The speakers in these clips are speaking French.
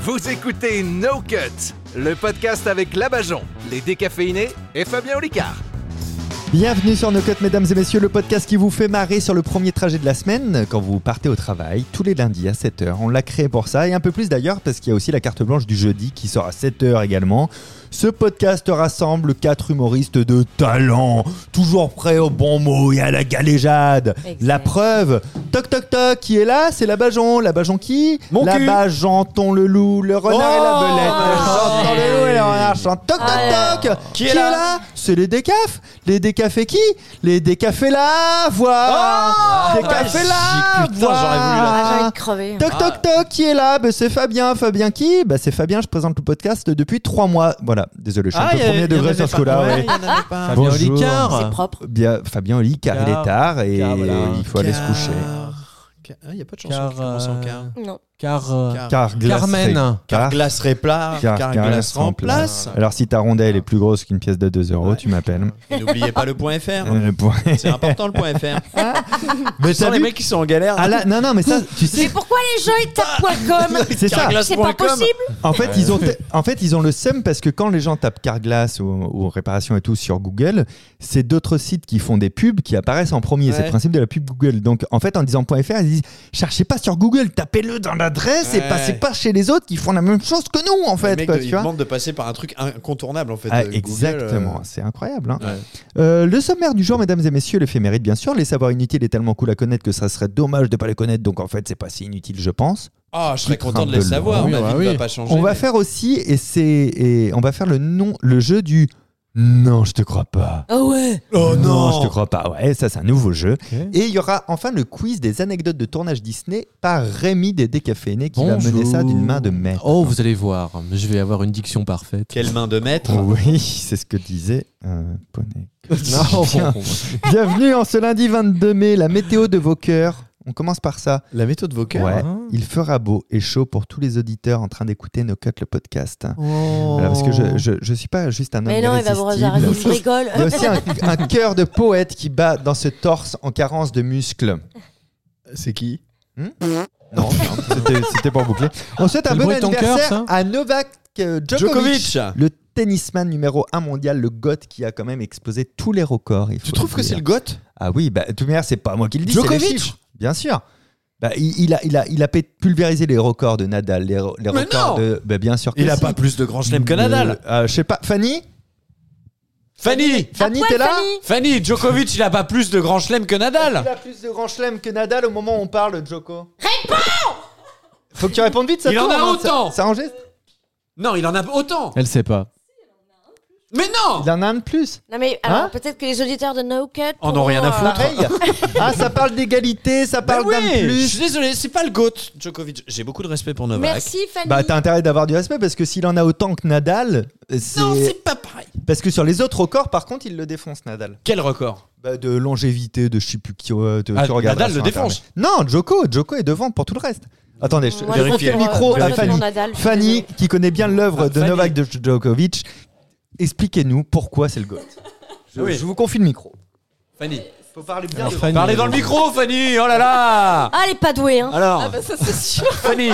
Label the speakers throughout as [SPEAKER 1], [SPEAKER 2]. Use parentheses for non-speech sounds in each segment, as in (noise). [SPEAKER 1] Vous écoutez No Cut, le podcast avec Labajon, les décaféinés et Fabien Olicard.
[SPEAKER 2] Bienvenue sur No Cut, mesdames et messieurs, le podcast qui vous fait marrer sur le premier trajet de la semaine quand vous partez au travail, tous les lundis à 7h. On l'a créé pour ça et un peu plus d'ailleurs parce qu'il y a aussi la carte blanche du jeudi qui sort à 7h également. Ce podcast rassemble quatre humoristes de talent, toujours prêts au bon mot et à la galéjade.
[SPEAKER 3] Exact.
[SPEAKER 2] La preuve, toc toc toc, qui est là C'est la Bajon. La Bajon qui
[SPEAKER 4] Mon
[SPEAKER 2] La
[SPEAKER 4] cul.
[SPEAKER 2] Bajon, ton le loup, le renard et la
[SPEAKER 4] Oh
[SPEAKER 2] belette. Chante ton le loup et le renard, chante toc toc toc.
[SPEAKER 4] Qui est là
[SPEAKER 2] C'est les décafs. Les décafés qui Les décafés là, voilà.
[SPEAKER 4] Oh,
[SPEAKER 2] décafés là,
[SPEAKER 4] magique. Putain, j'aurais voulu, là.
[SPEAKER 3] Ah, j'ai envie
[SPEAKER 2] voilà.
[SPEAKER 3] de crever.
[SPEAKER 2] Toc toc toc, qui est là Ben, C'est Fabien. Fabien qui Ben, C'est Fabien, je présente le podcast depuis trois mois. Voilà, désolé, je
[SPEAKER 4] Ah,
[SPEAKER 5] Ah,
[SPEAKER 2] suis un peu premier degré sur ce coup-là. ouais. (laughs)
[SPEAKER 4] Fabien
[SPEAKER 2] Bonjour.
[SPEAKER 3] C'est
[SPEAKER 4] Olicard.
[SPEAKER 3] propre.
[SPEAKER 2] Bien, Fabien Oli, car il est tard et
[SPEAKER 5] Car, voilà.
[SPEAKER 2] euh, il faut aller se coucher.
[SPEAKER 5] Il n'y a pas de
[SPEAKER 4] Car,
[SPEAKER 5] chanson
[SPEAKER 4] euh,
[SPEAKER 5] qui commence en car.
[SPEAKER 3] Non.
[SPEAKER 4] Car. euh,
[SPEAKER 5] Car-
[SPEAKER 2] Car glace
[SPEAKER 4] Carmen.
[SPEAKER 2] Car,
[SPEAKER 5] glace répla,
[SPEAKER 2] Car-
[SPEAKER 5] car
[SPEAKER 2] Car
[SPEAKER 5] glace
[SPEAKER 2] glace
[SPEAKER 5] remplace.
[SPEAKER 2] remplace. Alors si ta rondelle est plus grosse qu'une pièce de 2 euros,
[SPEAKER 5] Ouais.
[SPEAKER 2] tu m'appelles.
[SPEAKER 5] Et N'oubliez pas le point
[SPEAKER 2] (laughs)
[SPEAKER 5] FR.
[SPEAKER 2] Euh, pour-
[SPEAKER 5] C'est important le point FR.
[SPEAKER 2] Ah. Mais
[SPEAKER 5] Sans
[SPEAKER 2] t'as
[SPEAKER 5] les
[SPEAKER 2] vu
[SPEAKER 5] mecs qui sont en galère.
[SPEAKER 2] Ah là, non non mais ça tu
[SPEAKER 3] Mais
[SPEAKER 2] sais
[SPEAKER 3] pourquoi les gens ils tapent point
[SPEAKER 2] (laughs)
[SPEAKER 3] .com
[SPEAKER 2] c'est ça.
[SPEAKER 3] C'est pas
[SPEAKER 5] Carglass.com.
[SPEAKER 3] possible.
[SPEAKER 2] En fait ils ont en fait ils ont le seum parce que quand les gens tapent Carglass ou, ou réparation et tout sur Google, c'est d'autres sites qui font des pubs qui apparaissent en premier, c'est le
[SPEAKER 5] Ouais.
[SPEAKER 2] principe de la pub Google. Donc en fait en disant .fr, ils disent cherchez pas sur Google, tapez-le dans l'adresse et
[SPEAKER 5] Ouais.
[SPEAKER 2] passez pas chez les autres qui font la même chose que nous en
[SPEAKER 5] Les
[SPEAKER 2] fait
[SPEAKER 5] mecs,
[SPEAKER 2] quoi,
[SPEAKER 5] ils
[SPEAKER 2] tu vois.
[SPEAKER 5] demandent de passer par un truc incontournable en fait.
[SPEAKER 2] Ah,
[SPEAKER 5] euh, Google,
[SPEAKER 2] exactement,
[SPEAKER 5] euh,
[SPEAKER 2] c'est incroyable. hein.
[SPEAKER 5] Ouais.
[SPEAKER 2] Euh, le sommaire du jour, mesdames et messieurs, l'éphéméride, bien sûr. Les savoirs inutiles est tellement cool à connaître que ça serait dommage de pas les connaître, donc en fait, c'est pas si inutile, je pense.
[SPEAKER 5] Ah, je serais
[SPEAKER 2] Qui
[SPEAKER 5] content de
[SPEAKER 2] craint
[SPEAKER 5] les
[SPEAKER 2] de le-
[SPEAKER 5] savoir.
[SPEAKER 4] Oui,
[SPEAKER 5] Ma
[SPEAKER 4] bah
[SPEAKER 5] vie ne
[SPEAKER 4] oui.
[SPEAKER 5] va pas changer.
[SPEAKER 2] On va
[SPEAKER 5] mais-
[SPEAKER 2] faire aussi, et c'est, et on va faire le nom, le jeu du non, je te crois pas.
[SPEAKER 3] Ah ouais.
[SPEAKER 5] Oh
[SPEAKER 2] je te crois pas. Ouais, ça, c'est un nouveau jeu.
[SPEAKER 4] Ok.
[SPEAKER 2] Et il y aura enfin le quiz des anecdotes de tournage Disney par Rémi des Décaféinés qui va
[SPEAKER 4] Bonjour.
[SPEAKER 2] mener ça d'une main de maître.
[SPEAKER 4] Oh, vous allez voir, je vais avoir une diction parfaite.
[SPEAKER 5] Quelle main de maître.
[SPEAKER 2] Oui, c'est ce que disait un poney.
[SPEAKER 4] (laughs)
[SPEAKER 2] (laughs)
[SPEAKER 4] Non.
[SPEAKER 2] Bienvenue en ce lundi 22 mai, la météo de vos cœurs. On commence par ça.
[SPEAKER 5] La méthode vocale.
[SPEAKER 2] Ouais, il fera beau et chaud pour tous les auditeurs en train d'écouter No Cut le podcast.
[SPEAKER 4] Oh.
[SPEAKER 2] Voilà, parce que je, je, je suis pas juste un homme
[SPEAKER 3] Mais non, il va vous
[SPEAKER 2] irrésistible.
[SPEAKER 3] regarder. Je rigole. Euh,
[SPEAKER 2] Il y a aussi un, un cœur de poète qui bat dans ce torse en carence de muscles.
[SPEAKER 5] C'est qui (laughs)
[SPEAKER 2] Non, non, c'était- c'était pour boucler. On souhaite un
[SPEAKER 4] C'est le
[SPEAKER 2] bon
[SPEAKER 4] bruit de ton cœur,
[SPEAKER 2] anniversaire
[SPEAKER 4] ça
[SPEAKER 2] à Novak euh, Djokovic,
[SPEAKER 5] Djokovic.
[SPEAKER 2] le tennisman numéro 1 mondial, le goth qui a quand même explosé tous les records. il
[SPEAKER 5] Tu
[SPEAKER 2] faut
[SPEAKER 5] trouves que
[SPEAKER 2] dire.
[SPEAKER 5] c'est le goth
[SPEAKER 2] Ah oui, bah, de toute manière, c'est pas moi qui le dis, c'est les
[SPEAKER 5] Djokovic
[SPEAKER 2] chiffres, bien sûr. Bah, il, il a, il, a, il a pé- pulvérisé les records de Nadal, les, re- les
[SPEAKER 5] Mais
[SPEAKER 2] records
[SPEAKER 5] non
[SPEAKER 2] de. bah, bien sûr que
[SPEAKER 5] Il a
[SPEAKER 2] si.
[SPEAKER 5] pas plus de grand chelem que
[SPEAKER 2] Le-
[SPEAKER 5] Nadal.
[SPEAKER 2] euh, Je sais pas. Fanny
[SPEAKER 5] Fanny
[SPEAKER 2] Fanny,
[SPEAKER 3] À poil,
[SPEAKER 2] t'es là
[SPEAKER 3] Fanny
[SPEAKER 5] Fanny, Djokovic, il a pas plus de grand chelem que Nadal.
[SPEAKER 2] Il a plus de grand chelem que Nadal au moment où on parle, Joko. Réponds Faut que tu répondes vite, ça
[SPEAKER 5] Il en
[SPEAKER 2] tourne,
[SPEAKER 5] a
[SPEAKER 2] hein,
[SPEAKER 5] autant
[SPEAKER 2] Ça, ça enregistre
[SPEAKER 5] Non, il en a autant.
[SPEAKER 4] Elle sait pas.
[SPEAKER 5] Mais non
[SPEAKER 2] Il en a un de plus.
[SPEAKER 3] Non mais
[SPEAKER 2] Hein
[SPEAKER 3] alors peut-être que les auditeurs de No Cut
[SPEAKER 2] Oh,
[SPEAKER 5] En ont Oh rien à
[SPEAKER 3] pourront, euh,
[SPEAKER 5] foutre.
[SPEAKER 2] Pareil. ah, ça parle d'égalité, ça
[SPEAKER 5] Bah
[SPEAKER 2] parle
[SPEAKER 5] oui,
[SPEAKER 2] d'un de
[SPEAKER 5] Je
[SPEAKER 2] plus.
[SPEAKER 5] suis désolé, c'est pas le GOAT, Djokovic. J'ai beaucoup de respect pour Novak.
[SPEAKER 3] Merci Fanny.
[SPEAKER 2] Bah, t'as intérêt d'avoir du respect parce que s'il en a autant que Nadal,
[SPEAKER 5] Non,
[SPEAKER 2] c'est.
[SPEAKER 5] c'est pas pareil.
[SPEAKER 2] Parce que sur les autres records, par contre, il le défonce, Nadal.
[SPEAKER 5] Quel record
[SPEAKER 2] Bah, de longévité, de je sais plus qui. euh, de-
[SPEAKER 5] Ah,
[SPEAKER 2] tu regarderas
[SPEAKER 5] Nadal
[SPEAKER 2] sur
[SPEAKER 5] le
[SPEAKER 2] Internet.
[SPEAKER 5] défonce.
[SPEAKER 2] Non, Joko, Joko est devant pour tout le reste. Attendez, je
[SPEAKER 3] Moi, je
[SPEAKER 2] vérifie le
[SPEAKER 3] préfère, euh,
[SPEAKER 2] micro à
[SPEAKER 3] préfère
[SPEAKER 2] Fanny.
[SPEAKER 3] Nadal, je suis
[SPEAKER 2] Fanny,
[SPEAKER 3] désolée.
[SPEAKER 2] qui connaît bien l'œuvre
[SPEAKER 5] Ah,
[SPEAKER 2] de
[SPEAKER 5] Fanny.
[SPEAKER 2] Novak Dj- Djokovic, expliquez-nous pourquoi c'est le GOAT. Je,
[SPEAKER 5] Ah oui.
[SPEAKER 2] je vous confie le micro.
[SPEAKER 5] Fanny.
[SPEAKER 2] Faut parler bien.
[SPEAKER 4] Alors, Fanny,
[SPEAKER 5] Parlez dans le micro, Fanny Oh là là
[SPEAKER 3] Ah, elle est pas douée hein.
[SPEAKER 5] Alors,
[SPEAKER 2] bah,
[SPEAKER 6] Bah,
[SPEAKER 3] ça
[SPEAKER 5] (laughs)
[SPEAKER 3] c'est sûr.
[SPEAKER 5] Fanny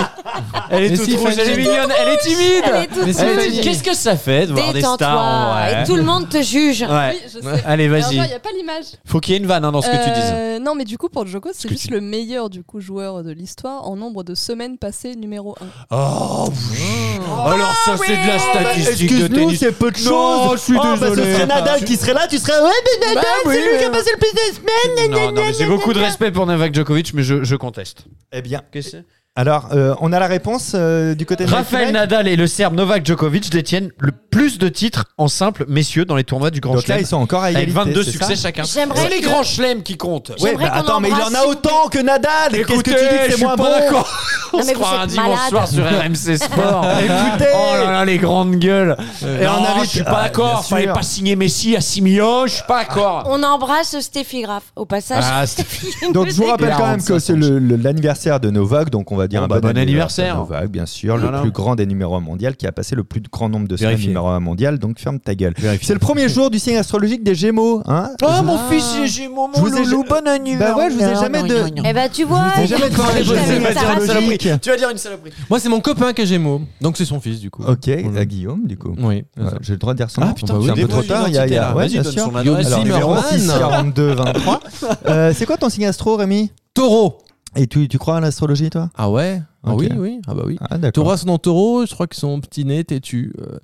[SPEAKER 5] Elle est
[SPEAKER 4] Mais
[SPEAKER 5] toute
[SPEAKER 4] si,
[SPEAKER 5] rouge,
[SPEAKER 4] Fanny.
[SPEAKER 5] elle est mignonne, elle est
[SPEAKER 3] Elle est
[SPEAKER 5] timide
[SPEAKER 3] toute
[SPEAKER 4] Mais
[SPEAKER 5] Elle est
[SPEAKER 4] Fanny.
[SPEAKER 5] timide. Qu'est-ce que ça fait de voir des stars Ah, en
[SPEAKER 3] Détends-toi
[SPEAKER 5] vrai
[SPEAKER 3] et tout le monde te juge.
[SPEAKER 5] Ouais.
[SPEAKER 6] Oui, je sais.
[SPEAKER 5] Allez,
[SPEAKER 6] Alors, genre, il n'y
[SPEAKER 5] vas-y.
[SPEAKER 6] a pas l'image.
[SPEAKER 5] Faut qu'il y ait une vanne hein, dans ce que tu dises.
[SPEAKER 6] Euh, non, mais du coup, pour Djoko, c'est
[SPEAKER 5] que
[SPEAKER 6] juste
[SPEAKER 5] tu-
[SPEAKER 6] le meilleur du coup joueur de l'histoire en nombre de semaines passées numéro 1.
[SPEAKER 5] Oh, oui. Alors ça, c'est de la statistique de
[SPEAKER 2] Ah Excuse-nous,
[SPEAKER 5] tennis.
[SPEAKER 2] c'est peu Bah, de
[SPEAKER 5] Non,
[SPEAKER 2] choses.
[SPEAKER 5] je suis
[SPEAKER 2] Oh, bah,
[SPEAKER 5] désolé.
[SPEAKER 2] ce serait Nadal qui serait là, tu serais. Ouais, mais Nadal,
[SPEAKER 5] Bah oui,
[SPEAKER 2] c'est lui
[SPEAKER 5] mais-
[SPEAKER 2] qui a passé le plus de semaines.
[SPEAKER 5] Non, non, mais j'ai beaucoup de respect pour Novak Djokovic, mais je, je conteste.
[SPEAKER 2] Eh bien,
[SPEAKER 5] Qu'est-ce que c'est
[SPEAKER 2] alors, euh, on a la réponse euh, du côté de
[SPEAKER 5] Rafael
[SPEAKER 2] Nadal.
[SPEAKER 5] Nadal et le Serbe Novak Djokovic détiennent le plus de titres en simple messieurs dans les tournois du Grand
[SPEAKER 2] Donc là,
[SPEAKER 5] Chelem.
[SPEAKER 2] ils sont encore à
[SPEAKER 5] Avec
[SPEAKER 2] égalité.
[SPEAKER 5] 22
[SPEAKER 2] c'est ça
[SPEAKER 5] succès chacun.
[SPEAKER 3] J'aimerais
[SPEAKER 5] C'est les
[SPEAKER 3] que-
[SPEAKER 5] grands chelems qui comptent.
[SPEAKER 3] Ouais,
[SPEAKER 2] Ouais,
[SPEAKER 3] J'aimerais
[SPEAKER 2] bah,
[SPEAKER 3] qu'on
[SPEAKER 2] attends, mais il en
[SPEAKER 3] embrasse-
[SPEAKER 2] a autant que Nadal. Qu'est-ce que tu dis que
[SPEAKER 5] je
[SPEAKER 2] c'est
[SPEAKER 5] suis
[SPEAKER 2] moins
[SPEAKER 5] pas
[SPEAKER 2] bon
[SPEAKER 5] d'accord. On
[SPEAKER 3] Non,
[SPEAKER 5] se
[SPEAKER 3] mais vous
[SPEAKER 5] croirait un
[SPEAKER 3] êtes
[SPEAKER 5] dimanche
[SPEAKER 3] malade.
[SPEAKER 5] soir
[SPEAKER 3] (laughs)
[SPEAKER 5] sur RMC Sport.
[SPEAKER 2] Écoutez.
[SPEAKER 5] Oh là là, les grandes gueules.
[SPEAKER 2] Et
[SPEAKER 5] et
[SPEAKER 2] on
[SPEAKER 5] on
[SPEAKER 2] invite-
[SPEAKER 5] je suis
[SPEAKER 2] Ah,
[SPEAKER 5] pas
[SPEAKER 2] bien
[SPEAKER 5] d'accord.
[SPEAKER 2] sûr.
[SPEAKER 5] Fallait pas signer Messi à 6 millions. Je suis pas d'accord.
[SPEAKER 3] On embrasse Stéphie Graff au passage.
[SPEAKER 5] Ah, c'est-
[SPEAKER 2] (laughs) Donc je vous rappelle quand même que c'est le- le- l'anniversaire de Novak, donc on va dire
[SPEAKER 5] Bon,
[SPEAKER 2] un
[SPEAKER 5] bah, bon anniversaire.
[SPEAKER 2] à Novak, bien sûr, le
[SPEAKER 5] Voilà.
[SPEAKER 2] plus grand des numéros mondial qui a passé le plus grand nombre de semaines
[SPEAKER 5] Vérifiez.
[SPEAKER 2] numéro numéro 1 mondial, donc ferme ta gueule.
[SPEAKER 7] Vérifie.
[SPEAKER 2] C'est le premier jour du signe astrologique des Gémeaux. Hein
[SPEAKER 5] Oh mon
[SPEAKER 2] Ah.
[SPEAKER 5] fils, j'ai- j'ai mon
[SPEAKER 2] Je
[SPEAKER 5] mon
[SPEAKER 2] vous ai-
[SPEAKER 5] loulou, bonne année.
[SPEAKER 2] Bah ouais, je vous ai jamais de-
[SPEAKER 3] Eh ben, tu vois.
[SPEAKER 2] J'ai jamais
[SPEAKER 3] je-
[SPEAKER 2] parlé
[SPEAKER 3] je-
[SPEAKER 2] de
[SPEAKER 3] je-
[SPEAKER 2] signe
[SPEAKER 3] ça rassure.
[SPEAKER 2] astrologique.
[SPEAKER 5] Tu vas dire une saloperie.
[SPEAKER 4] Moi, c'est mon copain qui a Gémeaux. Donc, c'est son fils, du coup.
[SPEAKER 2] Ok,
[SPEAKER 4] Voilà.
[SPEAKER 2] à Guillaume, du coup.
[SPEAKER 4] Oui. c'est
[SPEAKER 2] Ouais,
[SPEAKER 4] ça.
[SPEAKER 2] J'ai le droit de dire son
[SPEAKER 4] Ah,
[SPEAKER 2] nom Bah
[SPEAKER 4] putain,
[SPEAKER 2] oui,
[SPEAKER 4] tu
[SPEAKER 2] c'est un
[SPEAKER 4] as
[SPEAKER 2] peu trop
[SPEAKER 4] besoin
[SPEAKER 2] tard. Il y a, il y a- ouais, bien sûr.
[SPEAKER 4] Guillaume
[SPEAKER 2] Alors, numéro
[SPEAKER 4] Zimmerman.
[SPEAKER 2] 6, 42, 23. Euh, c'est quoi ton signe astro, Rémi
[SPEAKER 4] Taureau.
[SPEAKER 2] Et tu, tu crois à l'astrologie, toi
[SPEAKER 4] Ah ouais Ah
[SPEAKER 2] Ok.
[SPEAKER 4] oui, oui. Ah bah oui.
[SPEAKER 2] Ah, d'accord.
[SPEAKER 4] Taureau, c'est dans Taureau. Je crois qu'ils sont petits nez, têtus. euh,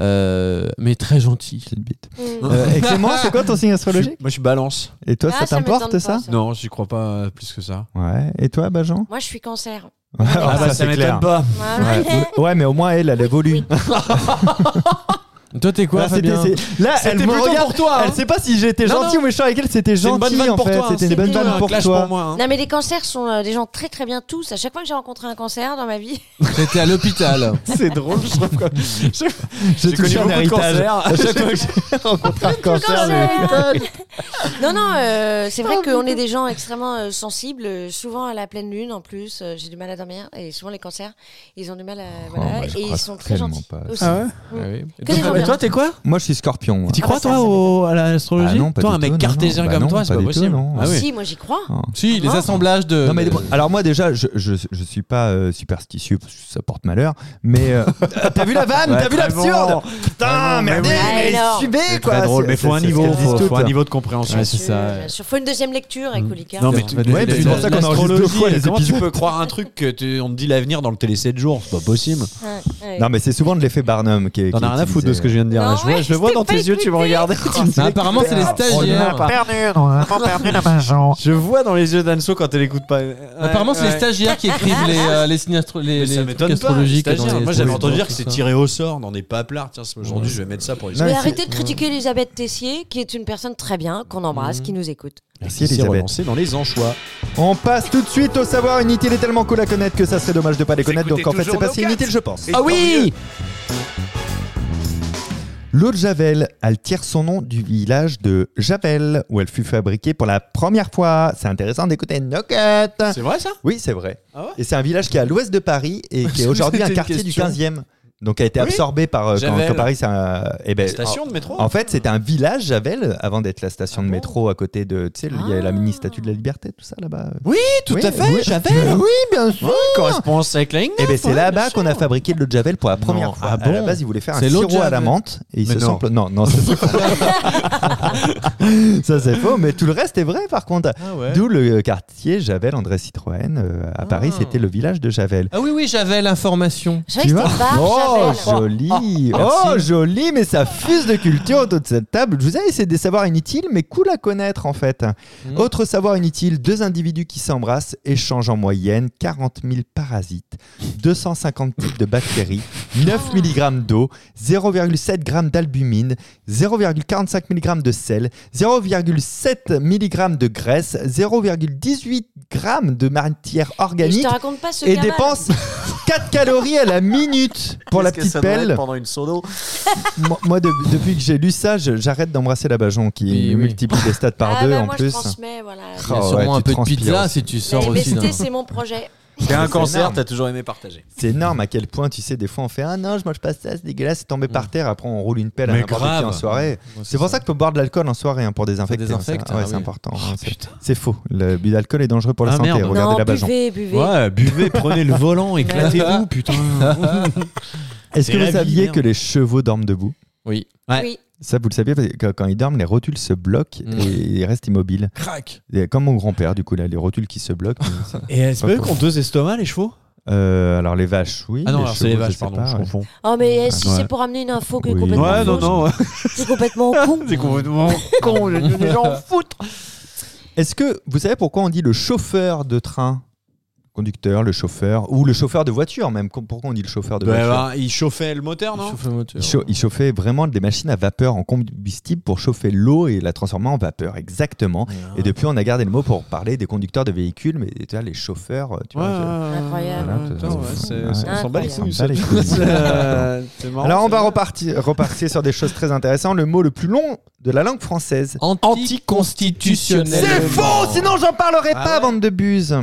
[SPEAKER 4] euh, mais très gentils.
[SPEAKER 2] Petite bite.
[SPEAKER 3] Mm.
[SPEAKER 2] Euh, et Clément, c'est quoi ton signe astrologique
[SPEAKER 5] Moi, je suis balance.
[SPEAKER 2] Et toi,
[SPEAKER 3] Ah,
[SPEAKER 2] ça t'importe,
[SPEAKER 3] m'étonne
[SPEAKER 2] ça,
[SPEAKER 3] pas,
[SPEAKER 5] Non, j'y crois pas euh, plus que ça.
[SPEAKER 2] Ouais. Et toi, Bajan
[SPEAKER 3] Moi, je suis cancer.
[SPEAKER 2] Ah,
[SPEAKER 5] bah, ça
[SPEAKER 2] c'est clair.
[SPEAKER 5] m'étonne pas.
[SPEAKER 3] Voilà.
[SPEAKER 2] Ouais. ouais, mais au moins, elle, elle évolue.
[SPEAKER 4] Toi, t'es quoi,
[SPEAKER 2] Là, c'était-
[SPEAKER 4] Fabien
[SPEAKER 2] c'est- Là, elle
[SPEAKER 5] C'était
[SPEAKER 2] me
[SPEAKER 5] plutôt
[SPEAKER 2] regarde.
[SPEAKER 5] pour toi. hein.
[SPEAKER 2] Elle sait pas si j'étais
[SPEAKER 5] Non,
[SPEAKER 2] gentil ou méchant avec elle, c'était
[SPEAKER 5] C'est une bonne
[SPEAKER 2] gentil
[SPEAKER 5] vanne
[SPEAKER 2] en
[SPEAKER 5] pour
[SPEAKER 2] fait.
[SPEAKER 5] toi, hein.
[SPEAKER 2] C'était une
[SPEAKER 3] C'est
[SPEAKER 2] bonne
[SPEAKER 3] plutôt
[SPEAKER 2] vanne
[SPEAKER 5] Un
[SPEAKER 2] pour
[SPEAKER 5] clash
[SPEAKER 2] toi.
[SPEAKER 5] pour moi. hein.
[SPEAKER 3] Non, mais les cancers sont euh, des gens très très bien tous. À chaque fois que j'ai rencontré un cancer dans ma
[SPEAKER 5] (laughs)
[SPEAKER 3] vie,
[SPEAKER 5] hein.
[SPEAKER 4] J'étais à l'hôpital.
[SPEAKER 2] (laughs) C'est drôle, je trouve. quoi. J'ai
[SPEAKER 5] J'ai connu
[SPEAKER 2] touché un
[SPEAKER 5] beaucoup de
[SPEAKER 2] héritage.
[SPEAKER 5] cancers.
[SPEAKER 2] À chaque fois que j'ai rencontré un cancer, j'ai-
[SPEAKER 3] (laughs) non, non, euh, c'est vrai qu'on est des gens extrêmement euh, sensibles, euh, souvent à la pleine lune en plus. euh, j'ai du mal à dormir et souvent les cancers, ils ont du mal à. voilà,
[SPEAKER 2] Oh, moi, je
[SPEAKER 3] et
[SPEAKER 2] crois
[SPEAKER 3] ils sont très
[SPEAKER 2] tellement
[SPEAKER 3] gentils.
[SPEAKER 2] pas.
[SPEAKER 3] aussi.
[SPEAKER 5] Ah ouais
[SPEAKER 4] Ah oui. Et
[SPEAKER 3] Que des gens
[SPEAKER 5] Et
[SPEAKER 3] bien.
[SPEAKER 5] toi, t'es quoi
[SPEAKER 2] Moi, je suis scorpion. ouais.
[SPEAKER 5] T'y
[SPEAKER 3] Ah,
[SPEAKER 5] crois,
[SPEAKER 3] ça, ça
[SPEAKER 5] toi, au- à
[SPEAKER 2] Ah
[SPEAKER 5] l'astrologie
[SPEAKER 2] non, pas
[SPEAKER 5] Toi,
[SPEAKER 2] du
[SPEAKER 5] un
[SPEAKER 2] tout,
[SPEAKER 5] mec
[SPEAKER 2] non,
[SPEAKER 5] cartésien
[SPEAKER 2] non.
[SPEAKER 5] comme
[SPEAKER 2] Bah
[SPEAKER 5] toi,
[SPEAKER 2] non,
[SPEAKER 5] c'est
[SPEAKER 2] pas
[SPEAKER 5] pas
[SPEAKER 2] du tout,
[SPEAKER 5] possible.
[SPEAKER 2] non.
[SPEAKER 5] Ah oui.
[SPEAKER 3] Si, moi j'y crois.
[SPEAKER 4] Si, les
[SPEAKER 3] Comment
[SPEAKER 4] assemblages de.
[SPEAKER 2] Non, mais alors moi déjà je, je, je suis pas euh, superstitieux parce que ça porte malheur mais
[SPEAKER 5] (laughs)
[SPEAKER 2] euh, t'as vu la vanne
[SPEAKER 5] Ouais,
[SPEAKER 2] t'as vu
[SPEAKER 5] très
[SPEAKER 2] l'absurde
[SPEAKER 5] bon.
[SPEAKER 2] putain
[SPEAKER 5] Très bon,
[SPEAKER 2] merdez
[SPEAKER 5] mais
[SPEAKER 3] oui.
[SPEAKER 2] mais
[SPEAKER 3] Alors.
[SPEAKER 2] subez
[SPEAKER 5] C'est
[SPEAKER 2] quoi
[SPEAKER 5] très drôle,
[SPEAKER 2] C'est-
[SPEAKER 5] mais faut
[SPEAKER 2] c'est-
[SPEAKER 5] un
[SPEAKER 2] c'est ce
[SPEAKER 5] niveau,
[SPEAKER 2] qu'elles disent
[SPEAKER 5] faut, faut
[SPEAKER 2] toutes.
[SPEAKER 5] un niveau de compréhension.
[SPEAKER 4] Ouais, c'est ça.
[SPEAKER 3] Bien sûr, euh, faut une deuxième lecture avec Olika.
[SPEAKER 5] Non mais
[SPEAKER 4] Ouais,
[SPEAKER 2] Ouais, Mm. mais c'est pour ça qu'on enregistre deux fois les
[SPEAKER 5] comment tu
[SPEAKER 2] épisodes
[SPEAKER 5] peux croire un truc que tu- on te dit l'avenir dans le télé 7 jours C'est pas possible.
[SPEAKER 3] Ouais, Ah, ouais.
[SPEAKER 2] non mais c'est souvent de l'effet Barnum qui est-
[SPEAKER 5] T'en
[SPEAKER 2] qui est
[SPEAKER 5] as rien à foutre de ce que je
[SPEAKER 2] utilisé.
[SPEAKER 5] viens de dire. là.
[SPEAKER 3] Non,
[SPEAKER 5] Je vois- je le vois
[SPEAKER 3] je t'ai
[SPEAKER 5] dans
[SPEAKER 3] pas
[SPEAKER 5] tes yeux, tu me
[SPEAKER 3] écouté.
[SPEAKER 5] regardes.
[SPEAKER 4] Mais apparemment, c'est les
[SPEAKER 2] Oh,
[SPEAKER 4] stagiaires.
[SPEAKER 5] Je vois dans les yeux d'Anso quand elle écoute pas.
[SPEAKER 4] Apparemment, c'est
[SPEAKER 5] Ouais.
[SPEAKER 4] les stagiaires qui écrivent les, euh, les signes astro- les,
[SPEAKER 5] Mais
[SPEAKER 4] les
[SPEAKER 5] ça
[SPEAKER 4] trucs
[SPEAKER 5] m'étonne pas.
[SPEAKER 4] astrologiques. et dans
[SPEAKER 5] stagiaire.
[SPEAKER 4] les- hein,
[SPEAKER 5] Moi, j'avais entendu dire que
[SPEAKER 4] tout
[SPEAKER 5] c'est
[SPEAKER 4] ça.
[SPEAKER 5] tiré au sort, dans des paplards. Tiens, aujourd'hui, je vais mettre ça pour les
[SPEAKER 2] Non,
[SPEAKER 3] Mais
[SPEAKER 2] mais
[SPEAKER 3] arrêtez de critiquer Elisabeth Tessier, qui est une personne très bien, qu'on embrasse,
[SPEAKER 2] Mm.
[SPEAKER 4] Mhm.
[SPEAKER 3] qui nous écoute.
[SPEAKER 2] Merci,
[SPEAKER 5] C'est
[SPEAKER 2] Elisabeth.
[SPEAKER 5] relancé dans les anchois.
[SPEAKER 2] on passe tout de suite au savoir inutile est tellement cool à connaître que ça serait dommage de pas les
[SPEAKER 1] Vous
[SPEAKER 2] connaître donc
[SPEAKER 1] écoutez
[SPEAKER 2] en fait c'est
[SPEAKER 1] toujours
[SPEAKER 2] pas
[SPEAKER 1] nos
[SPEAKER 2] si
[SPEAKER 1] quatre.
[SPEAKER 2] inutile je pense
[SPEAKER 1] Et
[SPEAKER 5] Ah
[SPEAKER 1] tant mieux.
[SPEAKER 2] L'eau de Javel, elle tire son nom du village de Javel, où elle fut fabriquée pour la première fois. C'est intéressant d'écouter Nocket.
[SPEAKER 5] Ah, C'est vrai ça
[SPEAKER 2] Oui, c'est vrai.
[SPEAKER 5] Ah ouais
[SPEAKER 2] Et c'est un village qui est à l'ouest de Paris et
[SPEAKER 5] (laughs)
[SPEAKER 2] qui est aujourd'hui un
[SPEAKER 5] C'était une
[SPEAKER 2] quartier du
[SPEAKER 5] question.
[SPEAKER 2] 15e. Donc a été
[SPEAKER 5] Oui.
[SPEAKER 2] absorbé par euh, quand,
[SPEAKER 5] Javel.
[SPEAKER 2] quand Paris c'est un eh ben,
[SPEAKER 5] Station de métro
[SPEAKER 2] en, en fait, c'était un village Javel avant d'être la station
[SPEAKER 5] Ah
[SPEAKER 2] de
[SPEAKER 5] bon
[SPEAKER 2] métro à côté de tu sais, il y a la
[SPEAKER 3] Ah.
[SPEAKER 2] mini statue de la liberté tout ça là-bas.
[SPEAKER 5] tout
[SPEAKER 2] Oui,
[SPEAKER 5] à fait,
[SPEAKER 2] oui.
[SPEAKER 5] Javel.
[SPEAKER 2] Oui, bien sûr.
[SPEAKER 5] Correspond avec la ligne
[SPEAKER 2] Et ben c'est
[SPEAKER 5] ouais,
[SPEAKER 2] là-bas
[SPEAKER 5] bien
[SPEAKER 2] qu'on a fabriqué de l'eau de Javel pour la première
[SPEAKER 5] Non,
[SPEAKER 2] fois.
[SPEAKER 5] ah
[SPEAKER 2] À la
[SPEAKER 5] bon
[SPEAKER 2] base, ils voulaient faire un
[SPEAKER 4] C'est l'eau de
[SPEAKER 2] sirop à la
[SPEAKER 4] Javel.
[SPEAKER 2] menthe et ils
[SPEAKER 5] Mais
[SPEAKER 2] se
[SPEAKER 5] non.
[SPEAKER 2] sont pla- non non ça c'est faux. ça c'est faux mais tout le reste est vrai par contre.
[SPEAKER 4] Ah, ouais.
[SPEAKER 2] D'où le quartier Javel André Citroën euh, à Paris, c'était le village de Javel.
[SPEAKER 4] Ah oui, oui, j'avais l'information.
[SPEAKER 3] Je savais que
[SPEAKER 2] Tu
[SPEAKER 3] c'était Bar
[SPEAKER 2] Oh,
[SPEAKER 3] Javel.
[SPEAKER 2] joli Oh, joli Mais ça fuse de culture autour de cette table. Je vous ai c'est des savoirs inutiles, mais cool à connaître, en fait.
[SPEAKER 3] Hmm.
[SPEAKER 4] Mm.
[SPEAKER 2] Autre savoir inutile, deux individus qui s'embrassent échangent en moyenne 40 000 parasites, 250 types de bactéries,
[SPEAKER 3] Oh.
[SPEAKER 2] 9 mg d'eau, 0,7 g d'albumine, 0,45 mg de sel, 0,7 mg de graisse, 0,18 g de matière
[SPEAKER 3] Et Je
[SPEAKER 2] organique
[SPEAKER 3] te raconte pas ce
[SPEAKER 2] et
[SPEAKER 3] gamin.
[SPEAKER 2] dépense (laughs) 4 calories à la minute pour la petite pelle.
[SPEAKER 5] pendant une (laughs) sono.
[SPEAKER 2] (laughs) Moi, moi, de- depuis que j'ai lu ça, je- j'arrête d'embrasser la Bajon qui
[SPEAKER 4] Oui, oui.
[SPEAKER 2] multiplie les stats par
[SPEAKER 3] ah,
[SPEAKER 2] deux
[SPEAKER 3] bah,
[SPEAKER 2] en
[SPEAKER 3] moi,
[SPEAKER 2] plus.
[SPEAKER 3] Je transmets, voilà.
[SPEAKER 4] Il y a
[SPEAKER 2] Oh,
[SPEAKER 4] sûrement
[SPEAKER 2] ouais,
[SPEAKER 4] un
[SPEAKER 2] tu
[SPEAKER 4] peu de
[SPEAKER 2] transpires
[SPEAKER 4] pizza
[SPEAKER 2] aussi.
[SPEAKER 4] si tu sors
[SPEAKER 3] Eh, mais
[SPEAKER 4] aussi. d'un-
[SPEAKER 3] c'était- c'est mon projet.
[SPEAKER 5] T'es un
[SPEAKER 2] C'est énorme.
[SPEAKER 5] cancer, t'as toujours aimé partager.
[SPEAKER 2] C'est énorme à quel point, tu sais, des fois on fait Ah non, je mange pas ça, c'est dégueulasse, c'est tombé par terre, après on roule une pelle à
[SPEAKER 5] Mais
[SPEAKER 2] n'importe qui
[SPEAKER 5] grave.
[SPEAKER 2] en soirée. C'est pour ça qu'il faut boire de l'alcool en soirée hein, pour désinfecter. hein, ça.
[SPEAKER 4] désinfecte,
[SPEAKER 2] Ouais,
[SPEAKER 4] ah
[SPEAKER 2] c'est
[SPEAKER 4] oui.
[SPEAKER 2] important. hein, c'est- c'est faux. Le but d'alcool est dangereux pour la
[SPEAKER 5] Ah,
[SPEAKER 2] santé.
[SPEAKER 5] merde.
[SPEAKER 2] Regardez la
[SPEAKER 3] non,
[SPEAKER 2] Bajon.
[SPEAKER 5] hein.
[SPEAKER 3] buvez, buvez.
[SPEAKER 5] Ouais, buvez, prenez le volant, éclatez-vous, putain.
[SPEAKER 2] Est-ce que
[SPEAKER 5] C'est
[SPEAKER 2] vous
[SPEAKER 5] la vie,
[SPEAKER 2] saviez
[SPEAKER 5] merde.
[SPEAKER 2] que les chevaux dorment debout
[SPEAKER 4] Oui.
[SPEAKER 5] Ouais.
[SPEAKER 3] Oui.
[SPEAKER 2] Ça, vous le saviez, parce que quand ils dorment, les rotules se bloquent
[SPEAKER 4] Mm.
[SPEAKER 2] et ils restent immobiles.
[SPEAKER 4] Crac
[SPEAKER 2] Et Comme mon grand-père, du coup, là, les rotules qui se bloquent.
[SPEAKER 5] Et c'est pas eux qui ont deux estomacs, les chevaux
[SPEAKER 2] Euh, alors, les vaches, oui.
[SPEAKER 5] Ah non, alors c'est les
[SPEAKER 2] chevaux, je
[SPEAKER 5] vaches,
[SPEAKER 2] sais
[SPEAKER 5] pardon,
[SPEAKER 2] pas,
[SPEAKER 5] je
[SPEAKER 2] ouais.
[SPEAKER 5] confonds.
[SPEAKER 3] Oh, mais eh, si
[SPEAKER 5] Ouais.
[SPEAKER 3] c'est pour amener une info qui est
[SPEAKER 2] Oui.
[SPEAKER 3] complètement
[SPEAKER 5] Ouais, non,
[SPEAKER 3] fausse,
[SPEAKER 5] non, ouais.
[SPEAKER 3] c'est
[SPEAKER 5] (laughs)
[SPEAKER 3] complètement con.
[SPEAKER 5] c'est complètement con, les gens en foutent.
[SPEAKER 2] Est-ce que vous savez pourquoi on dit le chauffeur de train Conducteur, le chauffeur, ou le chauffeur de voiture, même. Com- Pourquoi on dit le chauffeur
[SPEAKER 5] Ben
[SPEAKER 2] de voiture
[SPEAKER 5] il chauffait bah, le moteur, non
[SPEAKER 4] Chauffe le moteur.
[SPEAKER 2] il, chau- il chauffait vraiment des machines à vapeur en combustible pour chauffer l'eau et la transformer en vapeur, exactement.
[SPEAKER 5] Ah.
[SPEAKER 2] Et depuis, on a gardé le mot pour parler des conducteurs de véhicules, mais tu vois, les chauffeurs, tu vois, je-
[SPEAKER 3] (laughs) Incroyable.
[SPEAKER 2] Voilà,
[SPEAKER 5] Attends, ouais, c'est-
[SPEAKER 2] Ouais.
[SPEAKER 5] Euh, On s'en bat les
[SPEAKER 2] On s'en
[SPEAKER 5] couilles.
[SPEAKER 2] bat les
[SPEAKER 5] (laughs) ça.
[SPEAKER 2] couilles.
[SPEAKER 5] C'est, euh, c'est marrant,
[SPEAKER 2] Alors on va
[SPEAKER 5] ça.
[SPEAKER 2] repartir, repartir sur des choses très intéressantes. Le mot le plus long de la langue française.
[SPEAKER 4] Anticonstitutionnel.
[SPEAKER 2] C'est faux, sinon j'en parlerai
[SPEAKER 5] Ah
[SPEAKER 2] pas,
[SPEAKER 5] ouais Ah.
[SPEAKER 2] bande de buses.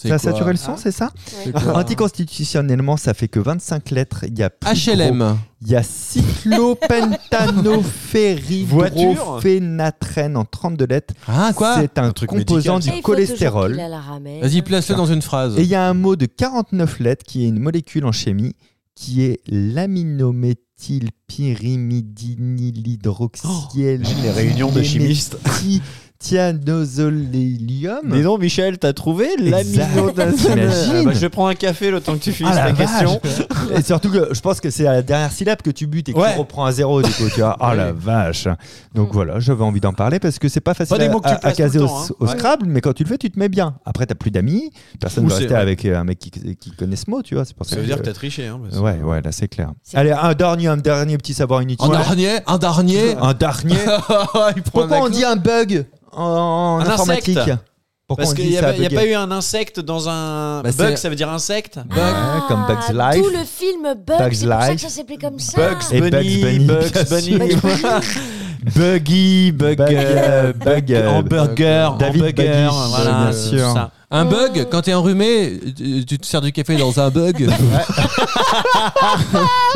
[SPEAKER 2] Ça a saturé le son, c'est ça
[SPEAKER 3] C'est
[SPEAKER 2] Anticonstitutionnellement, ça fait que 25 lettres. Il y a plus gros.
[SPEAKER 4] HLM.
[SPEAKER 2] Il y a
[SPEAKER 5] (laughs)
[SPEAKER 2] cyclopentanophéridrophénatrène en 32 lettres.
[SPEAKER 4] Ah, quoi
[SPEAKER 2] C'est un,
[SPEAKER 5] Un truc
[SPEAKER 2] composant
[SPEAKER 3] Et il faut
[SPEAKER 5] médical,
[SPEAKER 2] du
[SPEAKER 3] toujours qu'il
[SPEAKER 2] cholestérol.
[SPEAKER 3] a la ramène.
[SPEAKER 4] Vas-y, place-le dans une phrase.
[SPEAKER 2] Et il y a un mot de 49 lettres qui est une molécule en chimie qui est l'aminométhylpyrimidinylhydroxyel.
[SPEAKER 5] Oh, Les réunions de chimistes.
[SPEAKER 2] Tianozolélium.
[SPEAKER 7] donc, Michel, t'as trouvé
[SPEAKER 2] l'amino d'un- T'imagines
[SPEAKER 5] Ah
[SPEAKER 7] bah, Je vais prendre un café le temps que tu finisses ta
[SPEAKER 2] Ah, la
[SPEAKER 7] question.
[SPEAKER 2] Et surtout que je pense que c'est à la dernière syllabe que tu butes et que
[SPEAKER 5] Ouais.
[SPEAKER 2] tu reprends à zéro du coup. Tu vois. Oh la vache. Donc voilà, j'avais envie d'en parler parce que c'est pas facile
[SPEAKER 5] Pas des
[SPEAKER 2] à,
[SPEAKER 5] mots que tu
[SPEAKER 2] à- à
[SPEAKER 5] places tout le
[SPEAKER 2] caser au,
[SPEAKER 5] temps, hein.
[SPEAKER 2] au
[SPEAKER 5] Ouais.
[SPEAKER 2] Scrabble, mais quand tu le fais, tu te mets bien. Après, t'as plus d'amis, personne
[SPEAKER 5] Ou
[SPEAKER 2] ne va
[SPEAKER 5] c'est-
[SPEAKER 2] rester
[SPEAKER 5] ouais.
[SPEAKER 2] avec euh, un mec qui, qui connaît ce mot, tu vois. C'est pour ça,
[SPEAKER 5] Ça veut
[SPEAKER 2] que-
[SPEAKER 5] dire que t'as triché. Hein, parce que-
[SPEAKER 2] Ouais, ouais, là c'est clair.
[SPEAKER 3] C'est-
[SPEAKER 2] Allez, un dernier, un dernier petit savoir inutile.
[SPEAKER 4] Un
[SPEAKER 2] Ouais.
[SPEAKER 4] dernier, (laughs) un dernier.
[SPEAKER 2] Un
[SPEAKER 5] (laughs)
[SPEAKER 2] dernier.
[SPEAKER 4] Il prend
[SPEAKER 2] Pourquoi
[SPEAKER 4] un
[SPEAKER 2] on dit un bug en, en
[SPEAKER 5] Un insecte.
[SPEAKER 2] informatique Pourquoi
[SPEAKER 5] Parce
[SPEAKER 2] on dit
[SPEAKER 5] qu'il n'y a,
[SPEAKER 2] ça
[SPEAKER 5] pas- y a
[SPEAKER 2] bugger
[SPEAKER 5] pas eu un insecte dans un.
[SPEAKER 4] Bah, c'est-
[SPEAKER 5] bug, ça veut dire insecte
[SPEAKER 3] Ah,
[SPEAKER 2] Ouais, comme Bugs
[SPEAKER 3] Tout
[SPEAKER 2] Life.
[SPEAKER 3] le film Bugs,
[SPEAKER 2] Bugs
[SPEAKER 3] c'est pour ça que
[SPEAKER 2] Life.
[SPEAKER 3] ça s'appelait comme ça.
[SPEAKER 5] Bugs
[SPEAKER 2] Et Bugs
[SPEAKER 5] Bunny,
[SPEAKER 2] Bunny, bien
[SPEAKER 5] Bugs Bunny,
[SPEAKER 3] Bugs Bunny.
[SPEAKER 5] (laughs) Buggy, Bug,
[SPEAKER 2] Bug, euh, bug, euh,
[SPEAKER 5] hamburger,
[SPEAKER 2] David
[SPEAKER 5] hamburger,
[SPEAKER 2] Buggy,
[SPEAKER 5] voilà,
[SPEAKER 2] bien
[SPEAKER 5] c'est
[SPEAKER 2] sûr.
[SPEAKER 5] ça.
[SPEAKER 4] Un bug, quand t'es enrhumé, tu tu te sers du café dans un (laughs) bug.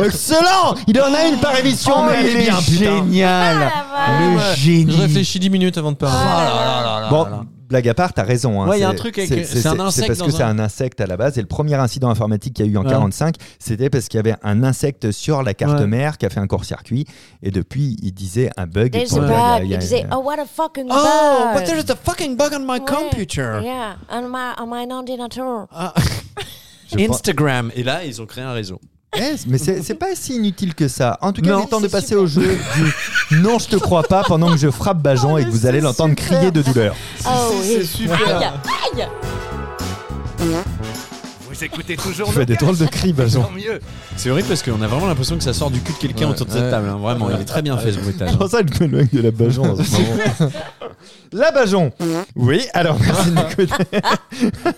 [SPEAKER 2] Excellent Il en a une par émission,
[SPEAKER 7] Oh,
[SPEAKER 2] mais elle est bien, putain.
[SPEAKER 7] génial
[SPEAKER 3] Ah, voilà.
[SPEAKER 7] Le
[SPEAKER 4] Je
[SPEAKER 7] génie
[SPEAKER 4] réfléchis 10 minutes avant de parler.
[SPEAKER 2] Bon, blague à part, t'as raison. hein.
[SPEAKER 5] Ouais, y a
[SPEAKER 2] C'est-
[SPEAKER 5] un truc avec-
[SPEAKER 2] C'est
[SPEAKER 5] c'est un
[SPEAKER 2] c'est- c'est
[SPEAKER 5] insecte
[SPEAKER 2] parce
[SPEAKER 5] dans
[SPEAKER 2] que c'est
[SPEAKER 5] un-
[SPEAKER 2] un insecte à la base. Et le premier incident informatique qu'il y a eu en
[SPEAKER 5] Ouais.
[SPEAKER 2] 45, c'était parce qu'il y avait un insecte sur la carte
[SPEAKER 5] Ouais.
[SPEAKER 2] mère qui a fait un court-circuit. Et depuis, il disait un bug.
[SPEAKER 3] There's
[SPEAKER 2] Pour
[SPEAKER 3] a
[SPEAKER 2] le- il
[SPEAKER 3] bug.
[SPEAKER 2] y a-
[SPEAKER 3] Il disait, oh, what a fucking bug.
[SPEAKER 5] Oh, but there's a fucking bug on my
[SPEAKER 3] Ouais.
[SPEAKER 5] computer.
[SPEAKER 3] Yeah, on my, on my
[SPEAKER 5] (laughs)
[SPEAKER 3] non-dinator.
[SPEAKER 5] Ah,
[SPEAKER 2] Je pense-
[SPEAKER 5] Instagram. Et là, ils ont créé un réseau.
[SPEAKER 2] Eh, mais c'est c'est pas si inutile que ça. En tout cas,
[SPEAKER 5] Non.
[SPEAKER 2] il est temps de
[SPEAKER 3] C'est
[SPEAKER 2] passer
[SPEAKER 3] super.
[SPEAKER 2] au jeu du non, je te crois pas pendant que je frappe Bajon et que vous allez l'entendre crier de douleur.
[SPEAKER 3] Oh, oui. Aïe, aïe.
[SPEAKER 1] Vous écoutez
[SPEAKER 5] (laughs)
[SPEAKER 1] toujours
[SPEAKER 2] Tu fais des
[SPEAKER 1] Knockout,
[SPEAKER 2] drôles de cris, Bajon.
[SPEAKER 1] Tant mieux.
[SPEAKER 5] C'est horrible parce qu'on a vraiment l'impression que ça sort du cul de quelqu'un
[SPEAKER 4] Ouais,
[SPEAKER 5] autour de cette
[SPEAKER 4] ouais.
[SPEAKER 5] table. hein. Vraiment, il est très bien fait ce bruitage.
[SPEAKER 2] C'est pour ça que je m'éloigne de la Bajon en ce moment. La Bajon Oui, alors merci de m'écouter.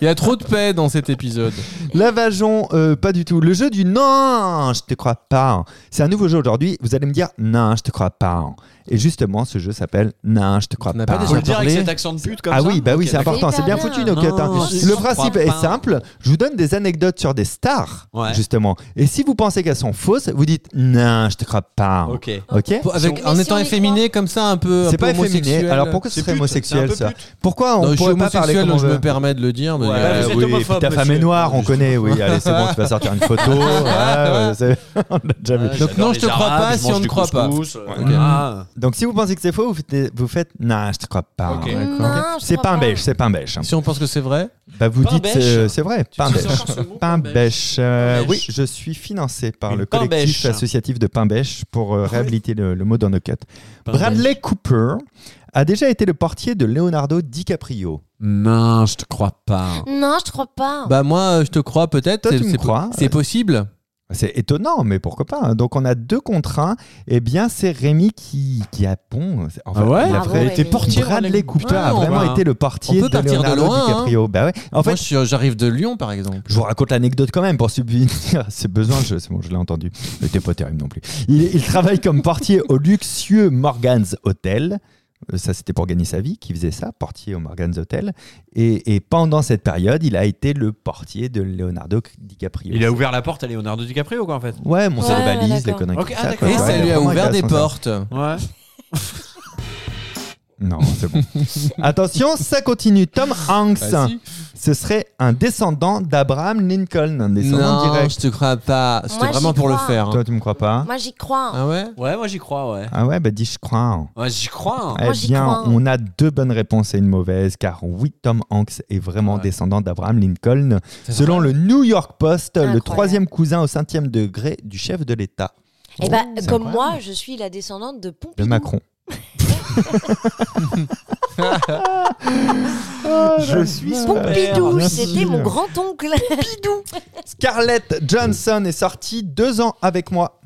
[SPEAKER 4] Il y a trop de paix dans cet épisode.
[SPEAKER 2] La Bajon, euh, pas du tout. Le jeu du non, je te crois pas. C'est un nouveau jeu aujourd'hui. Vous allez me dire non, je te crois pas. Et justement, ce jeu s'appelle non, je te crois
[SPEAKER 4] On n'a
[SPEAKER 2] pas.
[SPEAKER 4] pas déjà
[SPEAKER 5] Faut le dire avec
[SPEAKER 4] parlé.
[SPEAKER 5] cet accent de pute comme
[SPEAKER 2] ah
[SPEAKER 5] ça
[SPEAKER 2] oui, bah oui,
[SPEAKER 5] Ok,
[SPEAKER 2] c'est
[SPEAKER 5] d'accord.
[SPEAKER 2] important,
[SPEAKER 3] C'est
[SPEAKER 2] c'est bien
[SPEAKER 3] hyper
[SPEAKER 2] foutu
[SPEAKER 3] bien.
[SPEAKER 2] nos cuts, hein.
[SPEAKER 5] Non, je
[SPEAKER 2] Le
[SPEAKER 5] comprends
[SPEAKER 2] principe
[SPEAKER 5] pas.
[SPEAKER 2] est simple, je vous donne des anecdotes sur des stars,
[SPEAKER 5] Ouais.
[SPEAKER 2] justement. Et si vous pensez qu'elles sont fausses, vous dites non, je te crois pas.
[SPEAKER 5] Ok.
[SPEAKER 2] Ok
[SPEAKER 4] Pour- Avec,
[SPEAKER 3] Mais
[SPEAKER 4] en
[SPEAKER 3] si
[SPEAKER 4] étant
[SPEAKER 3] on y
[SPEAKER 4] efféminé comme ça, un peu. un
[SPEAKER 2] C'est
[SPEAKER 4] peu
[SPEAKER 2] pas efféminé.
[SPEAKER 4] homosexuel.
[SPEAKER 2] Alors pourquoi ce
[SPEAKER 5] C'est
[SPEAKER 2] serait
[SPEAKER 5] pute,
[SPEAKER 2] homosexuel
[SPEAKER 5] c'est
[SPEAKER 2] ça
[SPEAKER 5] un peu pute.
[SPEAKER 2] Pourquoi
[SPEAKER 4] Non,
[SPEAKER 2] on
[SPEAKER 4] je suis
[SPEAKER 2] pourrait pas parler
[SPEAKER 4] homosexuel,
[SPEAKER 2] comme on
[SPEAKER 4] donc je
[SPEAKER 2] veut
[SPEAKER 4] me permets de le dire. mais,
[SPEAKER 5] Ouais,
[SPEAKER 4] euh,
[SPEAKER 5] vous êtes
[SPEAKER 2] oui,
[SPEAKER 5] homophobe,
[SPEAKER 2] puis ta femme
[SPEAKER 5] monsieur.
[SPEAKER 2] est noire, on
[SPEAKER 5] Juste.
[SPEAKER 2] connaît.
[SPEAKER 5] (laughs)
[SPEAKER 2] Oui, allez, c'est bon, tu vas sortir une photo. voilà, c'est- (laughs) on l'a déjà vu.
[SPEAKER 4] Donc non, je te crois pas si on ne croit pas.
[SPEAKER 2] Ok.
[SPEAKER 5] Ah.
[SPEAKER 2] Donc, si vous pensez que c'est faux, vous faites, vous faites non, je te crois pas.
[SPEAKER 5] Ok.
[SPEAKER 2] D'accord.
[SPEAKER 3] Non, je
[SPEAKER 2] C'est
[SPEAKER 3] crois
[SPEAKER 2] pas un
[SPEAKER 3] pas.
[SPEAKER 2] beige, c'est pas un beige.
[SPEAKER 4] Si on pense que c'est vrai,
[SPEAKER 2] Bah, vous
[SPEAKER 5] Pain
[SPEAKER 2] dites,
[SPEAKER 5] bêche.
[SPEAKER 2] euh, c'est vrai, pain bêche. Pain bêche. Euh,
[SPEAKER 5] Pain
[SPEAKER 2] oui,
[SPEAKER 5] bêche.
[SPEAKER 2] je suis financé par
[SPEAKER 5] Une
[SPEAKER 2] le
[SPEAKER 5] pain
[SPEAKER 2] collectif
[SPEAKER 5] bêche.
[SPEAKER 2] associatif de pain bêche pour euh, réhabiliter le, le mot dans nos cuts.
[SPEAKER 5] Pain
[SPEAKER 2] Bradley Cooper a déjà été le portier de Leonardo DiCaprio.
[SPEAKER 5] Non, je te crois pas.
[SPEAKER 3] Non, je crois pas.
[SPEAKER 4] bah moi, je te crois peut-être.
[SPEAKER 2] Toi,
[SPEAKER 4] c'est-
[SPEAKER 2] tu me
[SPEAKER 4] c'est-
[SPEAKER 2] crois.
[SPEAKER 4] C'est possible.
[SPEAKER 2] C'est étonnant, mais pourquoi pas hein. Donc on a deux contre un. Eh bien, c'est Rémi qui, qui a bon. c'est- Enfin,
[SPEAKER 5] Ah ouais
[SPEAKER 2] il a
[SPEAKER 3] Bravo,
[SPEAKER 2] vrai-
[SPEAKER 3] Rémi.
[SPEAKER 2] été portier. Bradley Cooper
[SPEAKER 4] Ouais,
[SPEAKER 2] a
[SPEAKER 4] on
[SPEAKER 2] vraiment
[SPEAKER 5] va-
[SPEAKER 2] été le portier
[SPEAKER 4] on peut
[SPEAKER 2] de
[SPEAKER 4] partir de
[SPEAKER 2] Leonardo
[SPEAKER 4] loin, hein.
[SPEAKER 2] DiCaprio. Bah ouais. En fait,
[SPEAKER 4] moi, je suis- j'arrive de Lyon, par exemple.
[SPEAKER 2] Je vous raconte l'anecdote quand même pour subvenir à ses besoins. Je, c'est bon, je l'ai entendu. Mais t'es pas terrible non plus. Il, il travaille comme portier au luxueux Morgan's Hotel. Euh, Ça, c'était pour gagner sa vie qu'il faisait ça, portier au Morgan's Hotel. Et, et pendant cette période, il a été le portier de Leonardo DiCaprio.
[SPEAKER 5] Il a ouvert la porte à Leonardo DiCaprio, quoi, en fait.
[SPEAKER 2] Ouais, mon
[SPEAKER 3] Ouais,
[SPEAKER 2] salut
[SPEAKER 3] ouais,
[SPEAKER 2] valise, les
[SPEAKER 3] d'accord.
[SPEAKER 2] conneries.
[SPEAKER 5] Ok,
[SPEAKER 2] comme
[SPEAKER 5] ah,
[SPEAKER 2] ça,
[SPEAKER 5] d'accord.
[SPEAKER 2] quoi.
[SPEAKER 4] Et
[SPEAKER 5] Ouais,
[SPEAKER 4] ça lui a
[SPEAKER 2] vraiment, il
[SPEAKER 4] ouvert des
[SPEAKER 2] son sens.
[SPEAKER 4] portes.
[SPEAKER 5] Ouais.
[SPEAKER 2] (laughs) Non, c'est bon. Attention, ça continue. Tom Hanks,
[SPEAKER 4] Bah, si.
[SPEAKER 2] ce serait un descendant d'Abraham Lincoln, un descendant
[SPEAKER 4] Non,
[SPEAKER 2] direct.
[SPEAKER 4] je te crois pas. C'était
[SPEAKER 3] Moi, j'y
[SPEAKER 4] vraiment pour le
[SPEAKER 3] crois.
[SPEAKER 4] faire. hein.
[SPEAKER 2] Toi, tu me crois pas
[SPEAKER 3] Moi, j'y crois.
[SPEAKER 4] Ah ouais
[SPEAKER 5] Ouais, moi j'y crois, ouais.
[SPEAKER 2] Ah ouais, bah dis, je crois.
[SPEAKER 5] Ouais, j'y crois. hein.
[SPEAKER 2] Eh
[SPEAKER 3] Moi, Oh, j'y
[SPEAKER 2] bien,
[SPEAKER 3] crois.
[SPEAKER 2] on a deux bonnes réponses et une mauvaise, car oui, Tom Hanks est vraiment
[SPEAKER 5] Ouais.
[SPEAKER 2] descendant d'Abraham Lincoln.
[SPEAKER 4] C'est
[SPEAKER 2] Selon le New York Post, le
[SPEAKER 3] Incroyable.
[SPEAKER 2] troisième cousin au cinquième degré du chef de l'État,
[SPEAKER 3] Et bah,
[SPEAKER 2] c'est
[SPEAKER 3] comme
[SPEAKER 2] incroyable.
[SPEAKER 3] moi, je suis la descendante de
[SPEAKER 2] de
[SPEAKER 3] Pompidou.
[SPEAKER 2] Macron. Je suis
[SPEAKER 3] Pompidou, c'était mon grand-oncle.
[SPEAKER 2] Scarlett Johnson est sortie deux ans avec moi.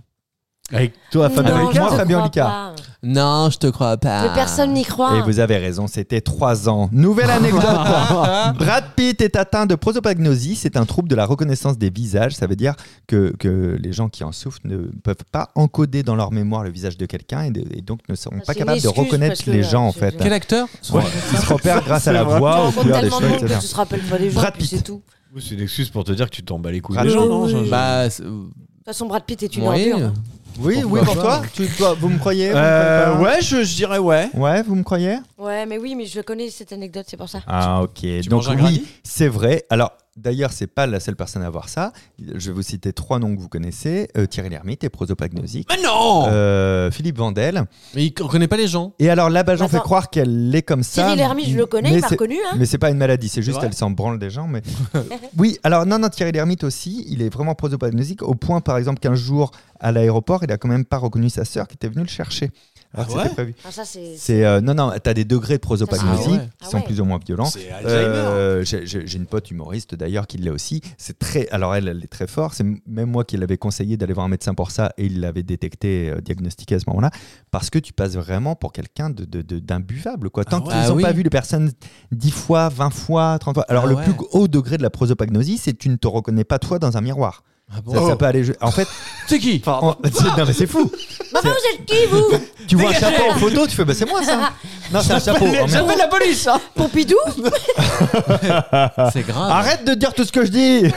[SPEAKER 7] Avec toi, Fabien.
[SPEAKER 2] Non.
[SPEAKER 7] Avec moi,
[SPEAKER 3] je
[SPEAKER 2] Fabien
[SPEAKER 3] crois
[SPEAKER 2] Olicard.
[SPEAKER 3] pas.
[SPEAKER 4] Non, je te crois pas.
[SPEAKER 3] Mais personne n'y
[SPEAKER 2] Et
[SPEAKER 3] croit.
[SPEAKER 2] vous avez raison, c'était 3 ans. Nouvelle
[SPEAKER 3] (laughs)
[SPEAKER 2] anecdote. Brad Pitt est atteint de prosopagnosie. C'est un trouble de la reconnaissance des visages. Ça veut dire que, que les gens qui en souffrent ne peuvent pas encoder dans leur mémoire le visage de quelqu'un et, de- et donc ne seront
[SPEAKER 3] Ah,
[SPEAKER 2] pas
[SPEAKER 3] c'est une
[SPEAKER 2] capables de
[SPEAKER 3] excuse,
[SPEAKER 2] reconnaître
[SPEAKER 3] parce que
[SPEAKER 2] les
[SPEAKER 3] là,
[SPEAKER 2] gens en
[SPEAKER 3] c'est
[SPEAKER 2] fait.
[SPEAKER 3] bien.
[SPEAKER 4] Quel acteur
[SPEAKER 2] Ouais, Ils se (laughs) repèrent grâce à la
[SPEAKER 7] vrai.
[SPEAKER 3] Tu
[SPEAKER 2] voix, au
[SPEAKER 3] rencontres
[SPEAKER 2] couleur des
[SPEAKER 3] tellement de
[SPEAKER 2] cheveux,
[SPEAKER 3] monde
[SPEAKER 2] etc.
[SPEAKER 3] que tu te rappelles pas des gens,
[SPEAKER 2] Brad
[SPEAKER 3] puis
[SPEAKER 2] Pitt. Ah
[SPEAKER 3] c'est tout. De
[SPEAKER 7] C'est une excuse pour te dire que tu t'en bats les couilles.
[SPEAKER 5] Ah,
[SPEAKER 2] Brad-
[SPEAKER 7] des gens.
[SPEAKER 3] non, ça-
[SPEAKER 4] Bah, c'est-
[SPEAKER 3] toute façon, Brad Pitt est une
[SPEAKER 4] oui.
[SPEAKER 3] ordure.
[SPEAKER 2] Oui, oui, pour toi, tu, toi, vous me croyez, vous me
[SPEAKER 5] Euh,
[SPEAKER 2] croyez
[SPEAKER 5] ouais, je, je dirais ouais.
[SPEAKER 2] pas Ouais, vous me croyez
[SPEAKER 3] Ouais, mais oui, mais je connais cette anecdote, c'est pour ça.
[SPEAKER 2] Ah ok. Donc
[SPEAKER 5] manges un
[SPEAKER 2] oui,
[SPEAKER 5] granit
[SPEAKER 2] c'est vrai. Alors d'ailleurs, c'est pas la seule personne à avoir ça. Je vais vous citer trois noms que vous connaissez Euh, Thierry Lhermitte et prosopagnosique.
[SPEAKER 5] Mais non
[SPEAKER 2] Euh, Philippe Vandel.
[SPEAKER 4] Mais il connaît pas les gens.
[SPEAKER 2] Et alors là-bas, j'en fais
[SPEAKER 3] Attends.
[SPEAKER 2] croire qu'elle est comme ça.
[SPEAKER 3] Thierry Lhermitte, je le connais,
[SPEAKER 2] mais
[SPEAKER 3] il m'a
[SPEAKER 2] c'est-
[SPEAKER 3] reconnu. Hein.
[SPEAKER 2] Mais c'est pas une maladie, c'est juste
[SPEAKER 5] vrai
[SPEAKER 2] elle s'en branle des gens.
[SPEAKER 5] (laughs)
[SPEAKER 2] Mais euh, oui, alors non, non, Thierry Lhermitte aussi, il est vraiment prosopagnosique au point, par exemple, qu'un jour à l'aéroport, il a quand même pas reconnu sa sœur qui était venue le chercher. Alors que
[SPEAKER 5] Ah ouais
[SPEAKER 2] c'était prévu.
[SPEAKER 3] Ah, ça, c'est.
[SPEAKER 2] C'est euh, non, non, t'as des degrés de prosopagnosie
[SPEAKER 4] Ah ouais.
[SPEAKER 2] qui
[SPEAKER 3] Ah
[SPEAKER 2] sont
[SPEAKER 3] ouais.
[SPEAKER 2] plus ou moins violents.
[SPEAKER 5] C'est
[SPEAKER 2] Euh, j'ai- J'ai j'ai une pote humoriste d'ailleurs qui l'a aussi. C'est très, alors elle, elle est très forte. C'est même moi qui l'avais conseillé d'aller voir un médecin pour ça et il l'avait détecté, euh, diagnostiqué à ce moment-là, parce que tu passes vraiment pour quelqu'un de- de- de- d'imbuvable. quoi. Tant
[SPEAKER 4] Ah ouais.
[SPEAKER 2] qu'ils
[SPEAKER 4] Ah
[SPEAKER 2] n'ont pas
[SPEAKER 4] oui.
[SPEAKER 2] vu les personnes 10 fois, 20 fois, 30 fois. Alors
[SPEAKER 4] Ah
[SPEAKER 2] le
[SPEAKER 4] ouais.
[SPEAKER 2] plus haut degré de la prosopagnosie, c'est tu ne te reconnais pas toi dans un miroir.
[SPEAKER 4] Ah bon
[SPEAKER 2] Ça, ça peut aller. ju- En fait,
[SPEAKER 4] C'est qui
[SPEAKER 2] en- (laughs) c'est- non, mais c'est fou.
[SPEAKER 3] Maman, Bah, vous êtes qui, vous
[SPEAKER 2] Tu vois un
[SPEAKER 4] (laughs)
[SPEAKER 2] chapeau en photo, tu fais bah, c'est (laughs) moi ça. Non, c'est un chapeau. en même-
[SPEAKER 5] la police
[SPEAKER 3] Ah,
[SPEAKER 2] hein.
[SPEAKER 3] Pompidou
[SPEAKER 2] Ah,
[SPEAKER 4] Ah. C'est grave.
[SPEAKER 2] Arrête de dire tout ce que je dis.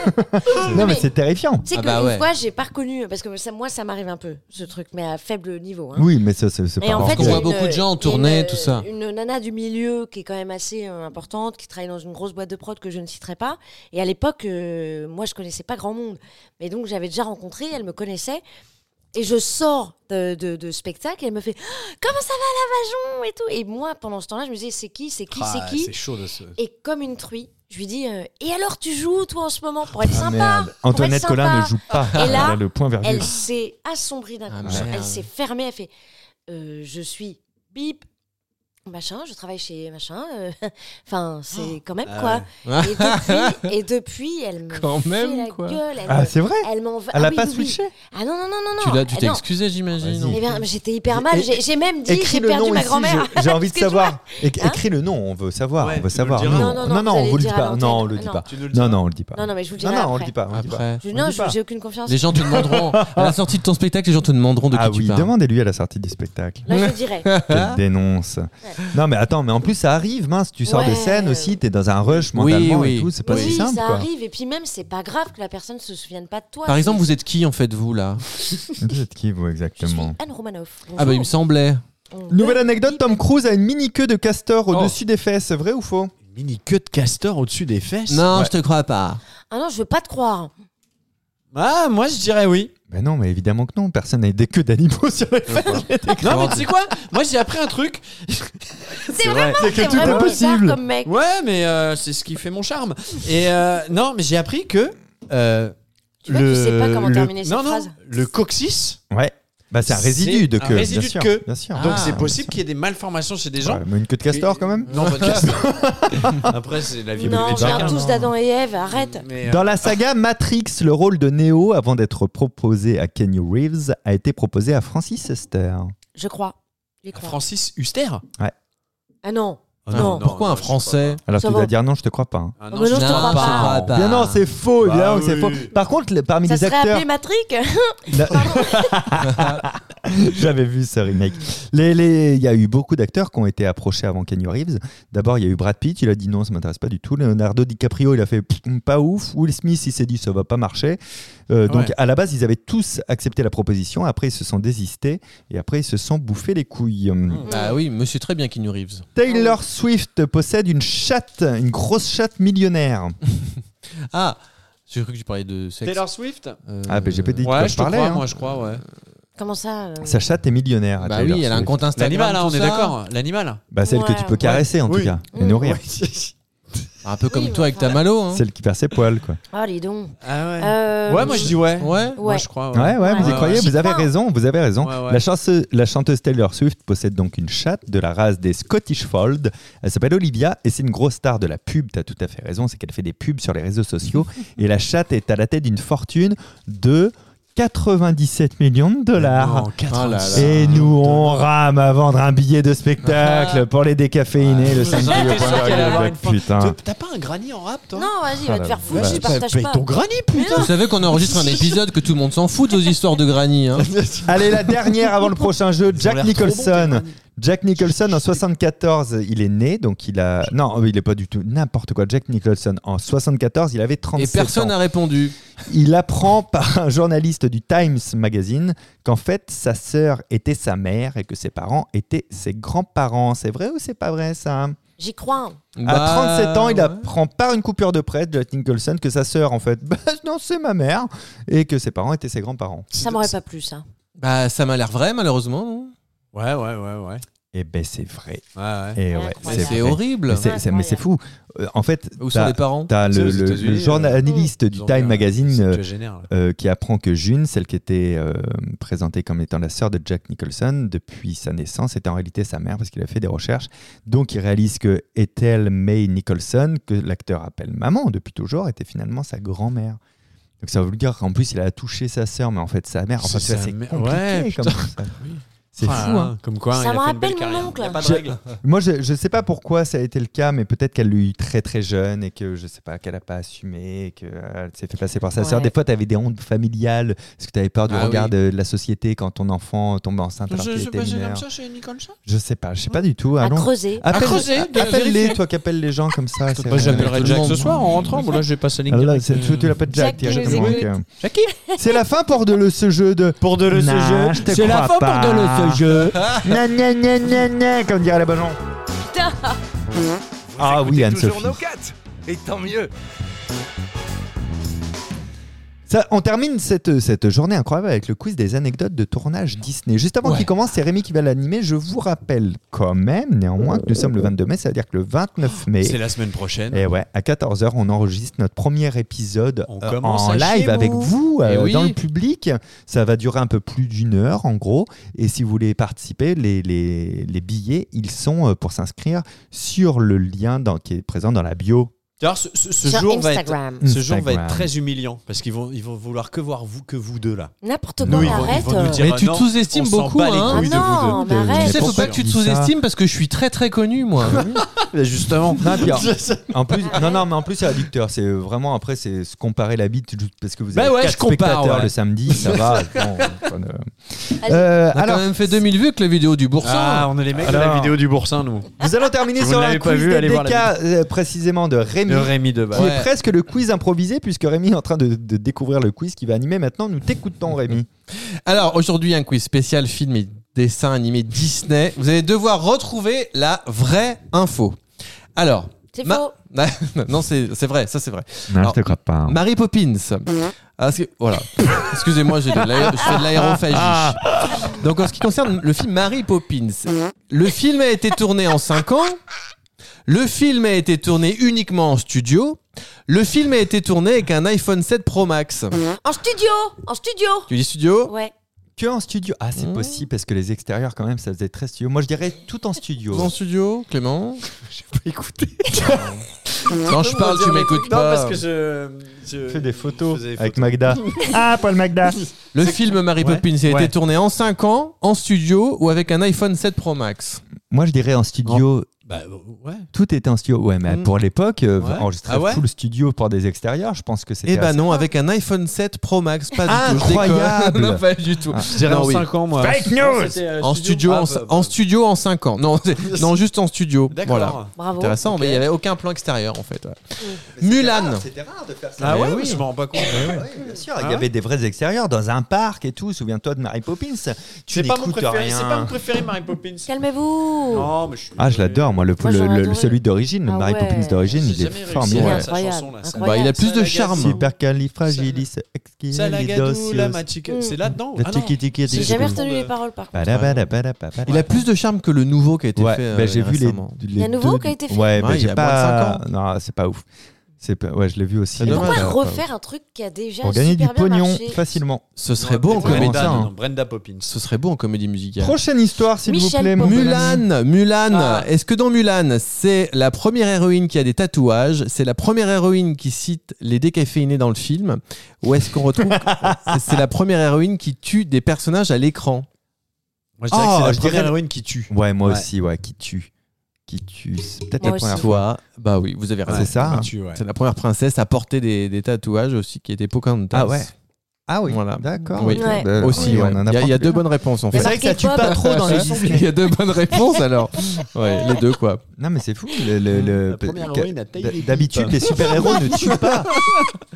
[SPEAKER 2] non mais c'est terrifiant.
[SPEAKER 3] Tu sais
[SPEAKER 4] Ah
[SPEAKER 3] que
[SPEAKER 4] bah
[SPEAKER 3] une
[SPEAKER 4] ouais.
[SPEAKER 3] fois, j'ai pas reconnu, parce que ça- moi, ça m'arrive un peu, ce truc, mais à faible niveau. Hein.
[SPEAKER 2] Oui, mais ça, c'est c'est
[SPEAKER 3] Et
[SPEAKER 2] pas
[SPEAKER 3] en
[SPEAKER 2] grave.
[SPEAKER 3] fait,
[SPEAKER 4] qu'on
[SPEAKER 3] il y a
[SPEAKER 4] voit
[SPEAKER 3] une-
[SPEAKER 4] beaucoup de gens en
[SPEAKER 3] une- euh,
[SPEAKER 4] tournée, tout ça.
[SPEAKER 3] Une nana du milieu qui est quand même assez euh, importante, qui travaille dans une grosse boîte de prod que je ne citerai pas. Et à l'époque, euh, moi, je connaissais pas grand monde. Mais donc, j'avais déjà rencontré, elle me connaissait. Et je sors de, de- de spectacle et elle me fait Ah, Comment ça va la vajon et tout. Et moi, pendant ce temps-là, je me disais C'est qui C'est qui
[SPEAKER 2] Ah,
[SPEAKER 3] C'est qui
[SPEAKER 5] Ah, chaud de ce.
[SPEAKER 3] Et comme une truie, je lui dis euh, Et alors, tu joues, toi, en ce moment Pour être
[SPEAKER 2] Ah,
[SPEAKER 3] sympa.
[SPEAKER 2] merde.
[SPEAKER 3] pour
[SPEAKER 2] Antoinette
[SPEAKER 3] être
[SPEAKER 2] Colin ne
[SPEAKER 3] sympa.
[SPEAKER 2] joue pas.
[SPEAKER 3] Et là,
[SPEAKER 2] Elle a le point virgule.
[SPEAKER 3] Elle s'est assombrie d'un
[SPEAKER 4] Ah,
[SPEAKER 3] coup.
[SPEAKER 4] merde.
[SPEAKER 3] elle s'est fermée. Elle fait euh, Je suis bip, machin, je travaille chez machin. euh, (laughs) Enfin, c'est quand même quoi.
[SPEAKER 4] Ah. ouais.
[SPEAKER 3] Et,
[SPEAKER 4] (laughs)
[SPEAKER 3] depuis, et depuis, elle me
[SPEAKER 4] Quand
[SPEAKER 3] fait
[SPEAKER 4] même,
[SPEAKER 3] la
[SPEAKER 4] quoi.
[SPEAKER 3] gueule. Elle,
[SPEAKER 2] Ah, c'est vrai.
[SPEAKER 3] elle m'en va.
[SPEAKER 2] Elle
[SPEAKER 3] ah,
[SPEAKER 2] a
[SPEAKER 3] oui,
[SPEAKER 2] pas
[SPEAKER 3] oui, oui.
[SPEAKER 2] switché.
[SPEAKER 3] Ah non, non, non, non.
[SPEAKER 4] Tu
[SPEAKER 3] non.
[SPEAKER 4] l'as- tu
[SPEAKER 3] Ah,
[SPEAKER 4] t'es
[SPEAKER 3] non.
[SPEAKER 4] excusé, j'imagine.
[SPEAKER 2] Vas-y.
[SPEAKER 3] Eh bien, J'étais hyper mal.
[SPEAKER 2] Et-
[SPEAKER 3] J'ai j'ai même dit
[SPEAKER 2] Écris
[SPEAKER 3] J'ai
[SPEAKER 2] le
[SPEAKER 3] perdu
[SPEAKER 2] nom
[SPEAKER 3] ma
[SPEAKER 2] ici,
[SPEAKER 3] grand-mère.
[SPEAKER 2] je- j'ai envie de
[SPEAKER 3] Parce que tu
[SPEAKER 2] savoir. É- Écris le nom, on veut savoir,
[SPEAKER 5] Ouais,
[SPEAKER 2] on veut
[SPEAKER 5] tu nous le
[SPEAKER 2] savoir.
[SPEAKER 5] diras.
[SPEAKER 3] Non, non, non, vous
[SPEAKER 2] on
[SPEAKER 3] allez
[SPEAKER 2] vous le
[SPEAKER 3] le
[SPEAKER 2] dit
[SPEAKER 3] dire à
[SPEAKER 2] pas. Non, on
[SPEAKER 3] l'antenne.
[SPEAKER 2] le dit
[SPEAKER 3] Non.
[SPEAKER 2] pas.
[SPEAKER 5] Tu nous le
[SPEAKER 2] Non,
[SPEAKER 5] diras.
[SPEAKER 2] non, on le dit pas.
[SPEAKER 3] Non, non, mais je vous le
[SPEAKER 2] Non,
[SPEAKER 3] dirai.
[SPEAKER 2] non, on le
[SPEAKER 3] après.
[SPEAKER 2] dit pas. on le dit pas.
[SPEAKER 4] Après,
[SPEAKER 3] Je-
[SPEAKER 2] On
[SPEAKER 3] non,
[SPEAKER 2] dit pas.
[SPEAKER 3] j'ai aucune confiance.
[SPEAKER 4] les gens
[SPEAKER 5] (laughs)
[SPEAKER 4] te demanderont, à la sortie de ton spectacle, les gens te demanderont de qui
[SPEAKER 2] Ah
[SPEAKER 4] tu
[SPEAKER 2] oui,
[SPEAKER 4] parles.
[SPEAKER 2] demandez-lui à la sortie du spectacle.
[SPEAKER 3] Là, je le
[SPEAKER 4] (laughs)
[SPEAKER 3] dirai.
[SPEAKER 2] Qu'elle dénonce. Non, mais attends, mais en plus, ça arrive, mince. Tu sors des
[SPEAKER 3] Ouais.
[SPEAKER 2] scènes aussi, t'es dans un rush
[SPEAKER 4] Oui,
[SPEAKER 2] mentalement et
[SPEAKER 4] oui.
[SPEAKER 2] tout. C'est pas si
[SPEAKER 3] oui,
[SPEAKER 2] simple,
[SPEAKER 3] ça
[SPEAKER 2] quoi.
[SPEAKER 3] arrive. Et puis même, c'est pas grave que la personne se souvienne pas de toi.
[SPEAKER 4] Par
[SPEAKER 3] Je
[SPEAKER 4] exemple,
[SPEAKER 3] suis-
[SPEAKER 4] vous êtes qui en fait, vous là
[SPEAKER 2] Vous êtes qui, vous,
[SPEAKER 3] je suis
[SPEAKER 2] exactement
[SPEAKER 3] Anne Romanoff.
[SPEAKER 4] Ah bah il me semblait.
[SPEAKER 3] Bonjour.
[SPEAKER 2] Nouvelle anecdote Tom Cruise a une mini queue de castor
[SPEAKER 5] Oh.
[SPEAKER 2] au-dessus des fesses. Vrai ou faux
[SPEAKER 5] Mini queue de castor au-dessus des fesses
[SPEAKER 4] Non,
[SPEAKER 5] Ouais.
[SPEAKER 4] je te crois pas.
[SPEAKER 3] Ah non, je veux pas te croire.
[SPEAKER 5] Ah, moi je dirais oui.
[SPEAKER 2] Ben non, mais évidemment que non. Personne n'a des queues d'animaux (laughs) sur les fesses.
[SPEAKER 5] Non, mais tu sais quoi Moi j'ai appris un truc.
[SPEAKER 3] C'est vraiment,
[SPEAKER 2] C'est que
[SPEAKER 3] c'est
[SPEAKER 2] tout est
[SPEAKER 3] vraiment
[SPEAKER 2] possible.
[SPEAKER 3] bizarre comme mec.
[SPEAKER 5] Ouais, mais euh, c'est ce qui fait mon charme. Et euh, non, mais j'ai appris que. euh,
[SPEAKER 3] Tu vois, tu sais pas comment terminer cette
[SPEAKER 5] non, non,
[SPEAKER 3] phrase.
[SPEAKER 5] Le coccyx.
[SPEAKER 2] Ouais. Bah, c'est un
[SPEAKER 5] C'est
[SPEAKER 2] résidu de
[SPEAKER 5] un
[SPEAKER 2] queue.
[SPEAKER 5] résidu
[SPEAKER 2] bien
[SPEAKER 5] de
[SPEAKER 2] sûr,
[SPEAKER 5] queue.
[SPEAKER 2] Bien sûr.
[SPEAKER 5] Donc
[SPEAKER 4] Ah,
[SPEAKER 5] c'est possible qu'il y ait des malformations chez des gens.
[SPEAKER 2] Ouais, mais une queue de castor
[SPEAKER 5] Et-
[SPEAKER 2] quand même
[SPEAKER 5] Non, pas de castor. Après, c'est la vie
[SPEAKER 3] Non,
[SPEAKER 5] privée
[SPEAKER 3] on
[SPEAKER 5] de chacun.
[SPEAKER 3] vient tous d'Adam et Ève, arrête.
[SPEAKER 5] Mais, euh,
[SPEAKER 2] Dans la saga Matrix, le rôle de Neo, avant d'être proposé à Kenny Reeves, a été proposé à Francis Hester.
[SPEAKER 3] Je crois. J'y crois.
[SPEAKER 5] Francis Huster
[SPEAKER 3] Ah non.
[SPEAKER 5] Ah
[SPEAKER 3] non.
[SPEAKER 4] Pourquoi un
[SPEAKER 5] je sais
[SPEAKER 4] Français
[SPEAKER 2] Alors
[SPEAKER 3] Ça
[SPEAKER 2] tu
[SPEAKER 3] va.
[SPEAKER 2] vas dire non, je te crois pas. hein.
[SPEAKER 5] pas. Ah,
[SPEAKER 3] Oh, mais non, je te crois pas.
[SPEAKER 2] Bien non, c'est faux,
[SPEAKER 5] Bah
[SPEAKER 2] évidemment que c'est
[SPEAKER 5] oui.
[SPEAKER 2] faux. Par contre, le- parmi
[SPEAKER 3] Ça
[SPEAKER 2] les
[SPEAKER 3] serait
[SPEAKER 2] acteurs,
[SPEAKER 3] appelé Matrix (laughs)
[SPEAKER 2] La- (laughs) J'avais vu ce remake. Les- les- Il y a eu beaucoup d'acteurs qui ont été approchés avant Kenny Reeves. D'abord, il y a eu Brad Pitt, il a dit non, ça m'intéresse pas du tout. Leonardo DiCaprio, il a fait pff, pas ouf. Will Smith, il s'est dit ça va pas marcher. Euh, donc,
[SPEAKER 5] Ouais.
[SPEAKER 2] à la base, ils avaient tous accepté la proposition. Après, ils se sont désistés. Et après, ils se sont bouffés les couilles.
[SPEAKER 5] Oh.
[SPEAKER 4] Bah oui, monsieur très bien Keanu Reeves.
[SPEAKER 2] Taylor Swift possède une chatte, une grosse chatte millionnaire.
[SPEAKER 4] Ah, j'ai cru que tu parlais de sexe.
[SPEAKER 5] Taylor Swift
[SPEAKER 4] Euh,
[SPEAKER 2] Ah, ben j'ai pas dit de quoi
[SPEAKER 5] Ouais,
[SPEAKER 2] je
[SPEAKER 5] je te
[SPEAKER 2] parlais.
[SPEAKER 5] crois,
[SPEAKER 2] hein.
[SPEAKER 5] moi je crois, ouais.
[SPEAKER 3] Comment ça euh,
[SPEAKER 2] Sa chatte est millionnaire. à
[SPEAKER 4] Bah
[SPEAKER 2] Taylor
[SPEAKER 4] oui, elle a un
[SPEAKER 2] Swift.
[SPEAKER 4] compte Instagram.
[SPEAKER 5] L'animal, hein, on
[SPEAKER 4] tout
[SPEAKER 5] est
[SPEAKER 4] ça.
[SPEAKER 5] d'accord. L'animal.
[SPEAKER 2] Bah, celle que
[SPEAKER 3] Ouais.
[SPEAKER 2] tu peux caresser en tout
[SPEAKER 5] Oui.
[SPEAKER 2] cas, et
[SPEAKER 3] Mm.
[SPEAKER 2] nourrir.
[SPEAKER 4] Un peu comme
[SPEAKER 3] Oui, mais
[SPEAKER 4] toi avec ta malo. Hein.
[SPEAKER 2] Celle qui perd ses poils, quoi.
[SPEAKER 3] Ah, les dons.
[SPEAKER 5] Ah ouais.
[SPEAKER 3] Euh,
[SPEAKER 5] ouais, moi je dis ouais.
[SPEAKER 4] Ouais.
[SPEAKER 5] Moi
[SPEAKER 3] Ouais.
[SPEAKER 5] je crois.
[SPEAKER 2] Ouais, ouais, vous y
[SPEAKER 5] ouais,
[SPEAKER 2] croyez,
[SPEAKER 3] ouais.
[SPEAKER 2] vous avez
[SPEAKER 3] J'y crois.
[SPEAKER 2] raison, vous avez raison.
[SPEAKER 5] Ouais, ouais.
[SPEAKER 2] La, chanceuse- la chanteuse Taylor Swift possède donc une chatte de la race des Scottish Fold. Elle s'appelle Olivia et c'est une grosse star de la pub, t'as tout à
[SPEAKER 5] (laughs)
[SPEAKER 2] fait raison, c'est qu'elle fait des pubs sur les réseaux sociaux. et la chatte est à la tête d'une fortune de 97 millions de
[SPEAKER 5] Oh,
[SPEAKER 2] dollars.
[SPEAKER 4] Ah là là.
[SPEAKER 2] Et nous, on rame à vendre un billet de spectacle pour les décaféinés
[SPEAKER 5] Ah,
[SPEAKER 2] le
[SPEAKER 5] je
[SPEAKER 2] samedi.
[SPEAKER 5] sentais
[SPEAKER 2] au
[SPEAKER 5] sûr
[SPEAKER 2] Point
[SPEAKER 5] qu'il allait avoir
[SPEAKER 2] Barbier.
[SPEAKER 5] une fin.
[SPEAKER 2] Putain.
[SPEAKER 5] Toi, T'as pas un granny en rap, toi
[SPEAKER 3] Non, vas-y,
[SPEAKER 2] Ah
[SPEAKER 3] va
[SPEAKER 2] la
[SPEAKER 3] te faire foutre,
[SPEAKER 2] vache.
[SPEAKER 3] je
[SPEAKER 5] Bah,
[SPEAKER 3] partage
[SPEAKER 5] paye
[SPEAKER 3] pas.
[SPEAKER 5] ton granny, putain
[SPEAKER 4] Vous savez qu'on enregistre un épisode que tout le monde s'en fout de vos histoires de granny. Hein.
[SPEAKER 5] (laughs)
[SPEAKER 2] Allez, la dernière avant le prochain jeu,
[SPEAKER 5] Ils ont l'air
[SPEAKER 2] Jack
[SPEAKER 5] trop bons, tes
[SPEAKER 2] Nicholson.
[SPEAKER 5] grannies.
[SPEAKER 2] Jack Nicholson en 74, il est né, donc il a. Non, oh, il est pas du tout n'importe quoi. Jack Nicholson en 74, il avait
[SPEAKER 4] Et
[SPEAKER 2] 37
[SPEAKER 4] personne
[SPEAKER 2] ans.
[SPEAKER 4] n'a répondu.
[SPEAKER 2] Il apprend par un journaliste du Times Magazine qu'en fait sa sœur était sa mère et que ses parents étaient ses grands-parents. C'est vrai ou c'est pas vrai ça hein
[SPEAKER 3] J'y crois.
[SPEAKER 4] Bah,
[SPEAKER 2] À 37 ans, il
[SPEAKER 4] a
[SPEAKER 2] apprend par une coupure de presse, Jack Nicholson, que sa sœur en fait, (laughs) bah, non, c'est ma mère, et que ses parents étaient ses grands-parents.
[SPEAKER 3] Ça m'aurait pas plu, ça.
[SPEAKER 4] Bah, ça m'a l'air vrai, malheureusement. non
[SPEAKER 5] Ouais, ouais, ouais, ouais.
[SPEAKER 2] Et ben c'est vrai.
[SPEAKER 5] ouais, ouais.
[SPEAKER 2] Et ouais,
[SPEAKER 3] Incroyable.
[SPEAKER 2] c'est
[SPEAKER 4] C'est
[SPEAKER 2] vrai.
[SPEAKER 4] horrible.
[SPEAKER 2] Mais c'est- c'est- mais c'est fou. Euh, en fait,
[SPEAKER 4] Où sont
[SPEAKER 2] t'as-
[SPEAKER 4] les parents
[SPEAKER 2] T'as
[SPEAKER 5] C'est
[SPEAKER 2] le,
[SPEAKER 5] aux
[SPEAKER 2] le- le
[SPEAKER 5] États-Unis, euh,
[SPEAKER 2] journaliste du Time Magazine euh,
[SPEAKER 5] génère,
[SPEAKER 2] euh, qui apprend que June, celle qui était euh, présentée comme étant la sœur de Jack Nicholson depuis sa naissance, était en réalité sa mère parce qu'il a fait des recherches. Donc il réalise que Ethel May Nicholson, que l'acteur appelle maman depuis toujours, était finalement sa grand-mère. Donc ça veut dire qu'en plus il a touché sa sœur, mais en fait sa mère. Enfin,
[SPEAKER 5] C'est
[SPEAKER 2] tu vois,
[SPEAKER 5] sa
[SPEAKER 2] c'est
[SPEAKER 5] mère.
[SPEAKER 2] compliqué
[SPEAKER 5] Ouais,
[SPEAKER 2] comme
[SPEAKER 5] putain.
[SPEAKER 2] ça.
[SPEAKER 5] (laughs) Oui.
[SPEAKER 2] C'est
[SPEAKER 5] Ah,
[SPEAKER 2] fou, hein.
[SPEAKER 5] Comme quoi,
[SPEAKER 3] Ça
[SPEAKER 5] il
[SPEAKER 3] me
[SPEAKER 5] a fait une
[SPEAKER 3] rappelle
[SPEAKER 5] belle
[SPEAKER 3] mon
[SPEAKER 5] carrière.
[SPEAKER 3] oncle.
[SPEAKER 5] Y a pas de
[SPEAKER 2] J'ai-
[SPEAKER 5] règle.
[SPEAKER 2] Moi, je ne sais pas pourquoi ça a été le cas, mais peut-être qu'elle l'a eu très très jeune et que je sais pas qu'elle a pas assumé, et qu'elle s'est fait passer par sa
[SPEAKER 3] Ouais.
[SPEAKER 2] sœur. Des fois, tu avais des hontes familiales parce que tu avais peur du
[SPEAKER 4] Ah
[SPEAKER 2] regard
[SPEAKER 4] oui.
[SPEAKER 2] de, de la société quand ton enfant tombe enceinte alors qu'il était mineur.
[SPEAKER 5] chez Nicholson.
[SPEAKER 2] Je sais pas, je sais pas du tout.
[SPEAKER 3] À
[SPEAKER 2] Allons.
[SPEAKER 3] creuser.
[SPEAKER 5] Ah,
[SPEAKER 2] Appelle-
[SPEAKER 5] creuser, de
[SPEAKER 2] Appelle-les,
[SPEAKER 5] vérifier.
[SPEAKER 2] toi qui appelles les gens comme ça. c'est
[SPEAKER 5] Moi,
[SPEAKER 2] vrai.
[SPEAKER 5] j'appellerai
[SPEAKER 4] Tout le
[SPEAKER 5] Jack
[SPEAKER 4] monde.
[SPEAKER 5] ce soir en rentrant. Bon, là, j'ai pas sa ligne.
[SPEAKER 2] Ah là,
[SPEAKER 5] directe,
[SPEAKER 2] c'est- tu,
[SPEAKER 5] euh,
[SPEAKER 2] tu l'appelles Jack
[SPEAKER 6] Jack qui nous
[SPEAKER 2] directement.
[SPEAKER 6] écoute.
[SPEAKER 2] donc, euh,
[SPEAKER 5] Jackie
[SPEAKER 2] C'est la fin pour de le ce jeu de.
[SPEAKER 5] Pour de le ce
[SPEAKER 2] Nah,
[SPEAKER 5] jeu.
[SPEAKER 2] je te
[SPEAKER 5] C'est la fin
[SPEAKER 2] crois
[SPEAKER 5] pour
[SPEAKER 2] pas.
[SPEAKER 5] de le ce jeu.
[SPEAKER 2] Gna, gna, gna, gna, gna, comme dirait la bonne
[SPEAKER 1] Vous
[SPEAKER 2] Ah oui,
[SPEAKER 1] écoutez
[SPEAKER 2] Anne-Sophie.
[SPEAKER 1] toujours nos quatre. Et tant mieux.
[SPEAKER 2] Ça, on termine cette, cette journée incroyable avec le quiz des anecdotes de tournage Disney. Juste avant qu'il commence, c'est Rémi qui va l'animer. Je vous rappelle quand même, néanmoins, que nous sommes le 22 mai, c'est-à-dire que le 29 mai.
[SPEAKER 5] C'est la semaine prochaine.
[SPEAKER 2] Et Eh ouais, à 14h, on enregistre notre premier épisode
[SPEAKER 5] On
[SPEAKER 2] euh,
[SPEAKER 5] commence
[SPEAKER 2] en
[SPEAKER 5] à chez
[SPEAKER 2] live avec
[SPEAKER 5] vous.
[SPEAKER 2] vous, euh,
[SPEAKER 4] Eh oui.
[SPEAKER 2] dans le public. Ça va durer un peu plus d'une heure, en gros. Et si vous voulez participer, les, les, les billets, ils sont euh, pour s'inscrire sur le lien dans- qui est présent dans la bio.
[SPEAKER 5] D'ailleurs, ce, ce- ce
[SPEAKER 3] Sur
[SPEAKER 5] jour va être.
[SPEAKER 3] Instagram.
[SPEAKER 5] Ce jour va être
[SPEAKER 2] Instagram.
[SPEAKER 5] très humiliant parce qu'ils vont, ils vont vouloir que voir vous, que vous deux là.
[SPEAKER 3] N'importe
[SPEAKER 2] Nous,
[SPEAKER 3] quoi,
[SPEAKER 2] ils vont-
[SPEAKER 3] arrête. euh,
[SPEAKER 5] ils vont nous dire-
[SPEAKER 4] Mais
[SPEAKER 5] Ah
[SPEAKER 4] tu te
[SPEAKER 5] non,
[SPEAKER 4] sous-estimes
[SPEAKER 5] on s'en
[SPEAKER 4] beaucoup.
[SPEAKER 5] bat les
[SPEAKER 4] hein.
[SPEAKER 3] Ah
[SPEAKER 5] couilles de vous
[SPEAKER 3] non, mais
[SPEAKER 2] deux.
[SPEAKER 4] Tu
[SPEAKER 2] Mais
[SPEAKER 4] sais,
[SPEAKER 3] arrête.
[SPEAKER 4] faut
[SPEAKER 2] pourquoi
[SPEAKER 4] pas que tu
[SPEAKER 2] on
[SPEAKER 4] te
[SPEAKER 2] dit ça
[SPEAKER 4] sous-estimes parce que je suis très très
[SPEAKER 5] (laughs)
[SPEAKER 4] connu, moi.
[SPEAKER 5] Bah, Justement.
[SPEAKER 2] Non, puis en- En plus, non, non, mais en plus, c'est addicteur. C'est euh, vraiment, après, c'est se comparer la bite juste parce que vous
[SPEAKER 5] Bah
[SPEAKER 2] avez
[SPEAKER 5] ouais,
[SPEAKER 2] quatre
[SPEAKER 5] je compare,
[SPEAKER 2] spectateurs
[SPEAKER 5] ouais.
[SPEAKER 2] le samedi, ça va.
[SPEAKER 5] (laughs)
[SPEAKER 2] Bon, enfin, euh,
[SPEAKER 3] Allez.
[SPEAKER 2] euh,
[SPEAKER 4] On a
[SPEAKER 2] alors,
[SPEAKER 4] quand même fait 2000 vues avec la vidéo du boursin.
[SPEAKER 5] Ah, on est les mecs de
[SPEAKER 2] Alors.
[SPEAKER 5] la vidéo du boursin, (laughs) nous.
[SPEAKER 2] nous allons terminer
[SPEAKER 5] Si vous
[SPEAKER 2] sur
[SPEAKER 5] ne
[SPEAKER 2] un
[SPEAKER 5] l'avez pas
[SPEAKER 2] quiz
[SPEAKER 5] vu,
[SPEAKER 2] des
[SPEAKER 5] allez voir la
[SPEAKER 2] DK, euh, précisément de Rémi.
[SPEAKER 5] De Rémi de
[SPEAKER 2] Qui
[SPEAKER 4] Ouais.
[SPEAKER 2] est presque le quiz improvisé, puisque Rémi est en train de, de découvrir le quiz qui va animer maintenant. Nous
[SPEAKER 5] Mm-hmm.
[SPEAKER 2] t'écoutons, Rémi.
[SPEAKER 4] Alors aujourd'hui un quiz spécial film et dessin animé Disney. Vous allez devoir retrouver la vraie info. Alors,
[SPEAKER 3] C'est
[SPEAKER 4] Ma-
[SPEAKER 3] faux.
[SPEAKER 4] (laughs) non c'est c'est vrai, ça c'est vrai.
[SPEAKER 2] Non,
[SPEAKER 4] je te
[SPEAKER 2] crois pas. hein.
[SPEAKER 4] Mary Poppins. Ah, c'est- voilà. Excusez-moi, j'ai de l'aé- je fais de
[SPEAKER 2] Ah.
[SPEAKER 4] l'aérophagie. Donc en ce qui concerne le film Mary Poppins, le film a été tourné en 5 ans. Le film a été tourné uniquement en studio. Le film a été tourné avec un iPhone 7 Pro Max.
[SPEAKER 3] En studio En studio
[SPEAKER 4] Tu dis studio
[SPEAKER 3] Ouais.
[SPEAKER 2] Que en studio Ah, c'est
[SPEAKER 5] Mm-hmm.
[SPEAKER 4] Mmh.
[SPEAKER 2] possible, parce que les extérieurs, quand même, ça faisait très studio. Moi, je dirais tout en
[SPEAKER 4] En
[SPEAKER 2] studio.
[SPEAKER 4] studio,
[SPEAKER 5] (laughs)
[SPEAKER 4] Clément
[SPEAKER 5] Écoutez.
[SPEAKER 4] Quand je parle, tu m'écoutes pas.
[SPEAKER 5] Non, parce que je. je-
[SPEAKER 2] Fais des photos
[SPEAKER 5] je faisais des
[SPEAKER 2] avec
[SPEAKER 5] (laughs)
[SPEAKER 2] Magda. ah, Paul Magda.
[SPEAKER 4] Le film Mary
[SPEAKER 5] Ouais.
[SPEAKER 4] Poppins a
[SPEAKER 5] Ouais.
[SPEAKER 4] été tourné en 5 ans, en studio ou avec un iPhone 7 Pro Max.
[SPEAKER 2] Moi, je dirais en studio
[SPEAKER 5] Bah, ouais.
[SPEAKER 2] Tout était en studio. Ouais, mais
[SPEAKER 4] Mm.
[SPEAKER 2] pour l'époque, euh,
[SPEAKER 5] Ouais.
[SPEAKER 2] enregistrer
[SPEAKER 5] Ah ouais
[SPEAKER 2] tout le studio pour des extérieurs, je pense que c'était.
[SPEAKER 4] Eh ben
[SPEAKER 2] assez-
[SPEAKER 4] non, avec un iPhone 7 Pro Max, pas du tout. je
[SPEAKER 2] Incroyable.
[SPEAKER 4] déconne. (laughs) non, pas du tout.
[SPEAKER 2] Ah,
[SPEAKER 5] Je dirais
[SPEAKER 4] Non,
[SPEAKER 5] en
[SPEAKER 4] oui.
[SPEAKER 5] 5 ans, moi.
[SPEAKER 2] Fake
[SPEAKER 5] Non,
[SPEAKER 2] news.
[SPEAKER 5] c'était, euh,
[SPEAKER 4] En studio,
[SPEAKER 5] Ah,
[SPEAKER 4] en, cin-
[SPEAKER 5] bah,
[SPEAKER 4] en
[SPEAKER 5] bah.
[SPEAKER 4] studio en 5 ans. Non, (laughs) c'est- non, juste en studio.
[SPEAKER 5] D'accord.
[SPEAKER 4] Voilà.
[SPEAKER 3] Bravo.
[SPEAKER 4] Intéressant, mais il n'y avait aucun plan extérieur en fait. ouais. Mulan.
[SPEAKER 2] C'était rare de faire
[SPEAKER 5] Ah
[SPEAKER 4] Mais
[SPEAKER 5] ouais,
[SPEAKER 4] oui.
[SPEAKER 5] oui. je m'en rends pas compte.
[SPEAKER 2] Bien sûr, il
[SPEAKER 5] Ah
[SPEAKER 2] y
[SPEAKER 5] ouais
[SPEAKER 2] avait des vrais extérieurs dans un parc et tout. Souviens-toi de Mary Poppins. Tu
[SPEAKER 5] C'est pas mon
[SPEAKER 2] n'écoutes
[SPEAKER 5] préféré,
[SPEAKER 2] rien.
[SPEAKER 5] c'est pas mon préféré, Mary Poppins.
[SPEAKER 3] Calmez-vous.
[SPEAKER 5] Non, mais je suis.
[SPEAKER 2] Ah, je l'adore, moi, le,
[SPEAKER 3] Moi,
[SPEAKER 2] le-
[SPEAKER 3] j'aurais
[SPEAKER 2] le-
[SPEAKER 3] adoré.
[SPEAKER 2] celui d'origine, le
[SPEAKER 3] Ah
[SPEAKER 2] Mary
[SPEAKER 3] ouais.
[SPEAKER 2] Poppins d'origine,
[SPEAKER 5] J'ai
[SPEAKER 2] il
[SPEAKER 5] jamais
[SPEAKER 2] est
[SPEAKER 5] réussi
[SPEAKER 3] Il est
[SPEAKER 2] formidable.
[SPEAKER 5] Ouais, sa
[SPEAKER 3] incroyable.
[SPEAKER 5] chanson, là, ça-
[SPEAKER 4] Bah,
[SPEAKER 3] incroyable.
[SPEAKER 4] il a plus de
[SPEAKER 5] Saint-Lagazou.
[SPEAKER 4] charme.
[SPEAKER 2] Supercalifragilis, exquisilis,
[SPEAKER 5] Salamatico.
[SPEAKER 3] Mm.
[SPEAKER 5] C'est là-dedans. Ah non.
[SPEAKER 3] J'ai
[SPEAKER 2] tiki
[SPEAKER 3] jamais
[SPEAKER 5] c'est-
[SPEAKER 3] retenu les paroles par contre.
[SPEAKER 4] Il a plus de charme que le nouveau qui a été
[SPEAKER 2] Ouais,
[SPEAKER 4] fait.
[SPEAKER 2] bah,
[SPEAKER 4] euh,
[SPEAKER 2] j'ai vu les,
[SPEAKER 4] récemment.
[SPEAKER 2] les
[SPEAKER 3] y a nouveau
[SPEAKER 2] deux-
[SPEAKER 3] qui a été fait
[SPEAKER 2] Ouais,
[SPEAKER 4] Ouais,
[SPEAKER 2] bah,
[SPEAKER 4] il y
[SPEAKER 2] j'ai
[SPEAKER 4] a moins de
[SPEAKER 2] pas. Non, c'est pas ouf. C'est pas- ouais, je l'ai vu aussi.
[SPEAKER 4] C'est dommage.
[SPEAKER 3] Pourquoi
[SPEAKER 4] Ouais,
[SPEAKER 3] refaire un truc qui a déjà
[SPEAKER 2] Pour gagner du
[SPEAKER 3] super bien
[SPEAKER 2] pognon
[SPEAKER 3] marché
[SPEAKER 2] facilement.
[SPEAKER 4] Ce serait beau en
[SPEAKER 2] Brenda,
[SPEAKER 4] comédie.
[SPEAKER 2] ça, hein.
[SPEAKER 5] non, Brenda Poppins.
[SPEAKER 4] Ce serait beau en comédie musicale.
[SPEAKER 2] Prochaine histoire, s'il vous
[SPEAKER 3] Michel
[SPEAKER 2] plaît. mon
[SPEAKER 3] Paul.
[SPEAKER 2] bon ami.
[SPEAKER 4] Mulan, Mulan.
[SPEAKER 5] Ah.
[SPEAKER 4] Est-ce que dans Mulan, c'est la première héroïne qui a des tatouages C'est la première héroïne qui cite les décaféinés dans le film Ou est-ce qu'on retrouve c'est la première héroïne qui tue des personnages à l'écran
[SPEAKER 5] Moi, je dirais
[SPEAKER 2] Ah,
[SPEAKER 5] que c'est la
[SPEAKER 2] je
[SPEAKER 5] première
[SPEAKER 2] dirais-
[SPEAKER 5] héroïne qui tue.
[SPEAKER 2] Ouais, moi
[SPEAKER 5] Ouais.
[SPEAKER 2] aussi, ouais, qui tue. Qui tue. C'est peut-être
[SPEAKER 3] Moi
[SPEAKER 2] la première
[SPEAKER 3] aussi.
[SPEAKER 2] fois.
[SPEAKER 4] Toi, bah oui, vous avez raison.
[SPEAKER 2] Ah. C'est ça. hein.
[SPEAKER 5] Qui tue, ouais.
[SPEAKER 4] C'est la première princesse à porter des, des tatouages aussi qui était Pocahontas.
[SPEAKER 2] Ah ouais. Ah oui,
[SPEAKER 4] Voilà.
[SPEAKER 2] d'accord.
[SPEAKER 4] Oui.
[SPEAKER 3] Ouais.
[SPEAKER 2] Bah,
[SPEAKER 4] Aussi,
[SPEAKER 2] oui,
[SPEAKER 4] ouais.
[SPEAKER 2] on en
[SPEAKER 4] il y a, il y a
[SPEAKER 2] apprend
[SPEAKER 4] deux bonnes réponses en
[SPEAKER 3] Mais
[SPEAKER 4] fait.
[SPEAKER 3] c'est vrai que ça tue pas Marquez trop dans les Bob.
[SPEAKER 4] (laughs) Il y a deux bonnes réponses alors. Ouais, les deux quoi.
[SPEAKER 2] Non, mais c'est fou. le- le- le-
[SPEAKER 5] La première
[SPEAKER 2] que-
[SPEAKER 5] héroïne a taillé les
[SPEAKER 2] D'habitude,
[SPEAKER 5] pipes.
[SPEAKER 2] les
[SPEAKER 4] (laughs)
[SPEAKER 2] super-héros ne tuent pas.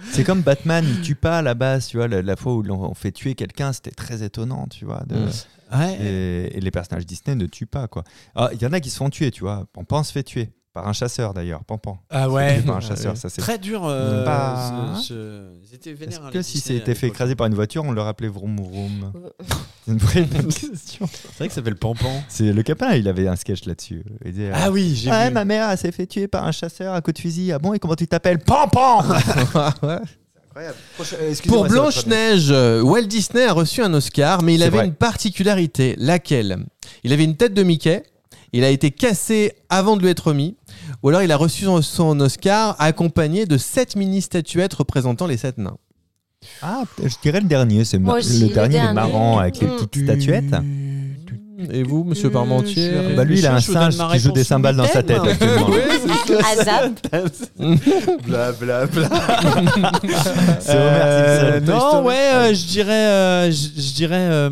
[SPEAKER 2] C'est comme Batman, il tue pas à la base. Tu vois, la, la fois où l'on on fait tuer quelqu'un, c'était très étonnant, tu vois. de-
[SPEAKER 4] Mm.
[SPEAKER 2] et, et les personnages Disney ne tuent pas, quoi. Ah, Il y en a qui se font tuer, tu vois. Pampan se fait tuer par un chasseur, d'ailleurs. Pampan.
[SPEAKER 5] Ah
[SPEAKER 2] C'est
[SPEAKER 5] ouais.
[SPEAKER 2] Par un chasseur, ça c'est.
[SPEAKER 5] Très dur. euh,
[SPEAKER 2] Pas-
[SPEAKER 5] ce- ce- Ils étaient
[SPEAKER 2] Est-ce
[SPEAKER 5] vénères. hein,
[SPEAKER 2] que
[SPEAKER 5] les
[SPEAKER 2] si
[SPEAKER 5] Disney,
[SPEAKER 2] c'était
[SPEAKER 5] à
[SPEAKER 2] fait
[SPEAKER 5] l'époque.
[SPEAKER 2] écraser par une voiture, on leur appelait vroom vroom
[SPEAKER 3] Euh, (laughs)
[SPEAKER 2] C'est une vraie bonne question.
[SPEAKER 5] C'est vrai que ça s'appelle Pampan.
[SPEAKER 2] C'est le capin, il avait un sketch là-dessus. Il disait,
[SPEAKER 5] Ah oui, j'ai
[SPEAKER 2] Ouais,
[SPEAKER 5] vu.
[SPEAKER 2] ma mère, elle s'est fait tuer par un chasseur à coup de fusil. Ah bon, et comment tu t'appelles
[SPEAKER 5] (laughs)
[SPEAKER 2] Pampan
[SPEAKER 4] Ouais. Pour Blanche-Neige, euh, Walt Disney a reçu un Oscar, mais il
[SPEAKER 2] C'est
[SPEAKER 4] avait
[SPEAKER 2] vrai.
[SPEAKER 4] une particularité. Laquelle Il avait une tête de Mickey, il a été cassé avant de lui être remis, ou alors il a reçu son, son Oscar accompagné de sept mini-statuettes représentant les sept nains.
[SPEAKER 2] Ah, je dirais le dernier. C'est
[SPEAKER 3] Moi
[SPEAKER 2] mar-
[SPEAKER 3] aussi,
[SPEAKER 2] le,
[SPEAKER 3] le
[SPEAKER 2] dernier, il est
[SPEAKER 3] dernier.
[SPEAKER 2] marrant avec les
[SPEAKER 3] Mm.
[SPEAKER 2] petites statuettes.
[SPEAKER 4] Et vous, monsieur Parmentier
[SPEAKER 5] Euh,
[SPEAKER 2] Bah lui, il a un singe qui joue des cymbales dans sa tête.
[SPEAKER 5] hein.
[SPEAKER 2] actuellement.
[SPEAKER 3] Azap.
[SPEAKER 2] Bla bla bla. C'est
[SPEAKER 5] Euh,
[SPEAKER 2] Homer Simpson.
[SPEAKER 5] non, ouais, euh, je dirais, euh, je je dirais euh,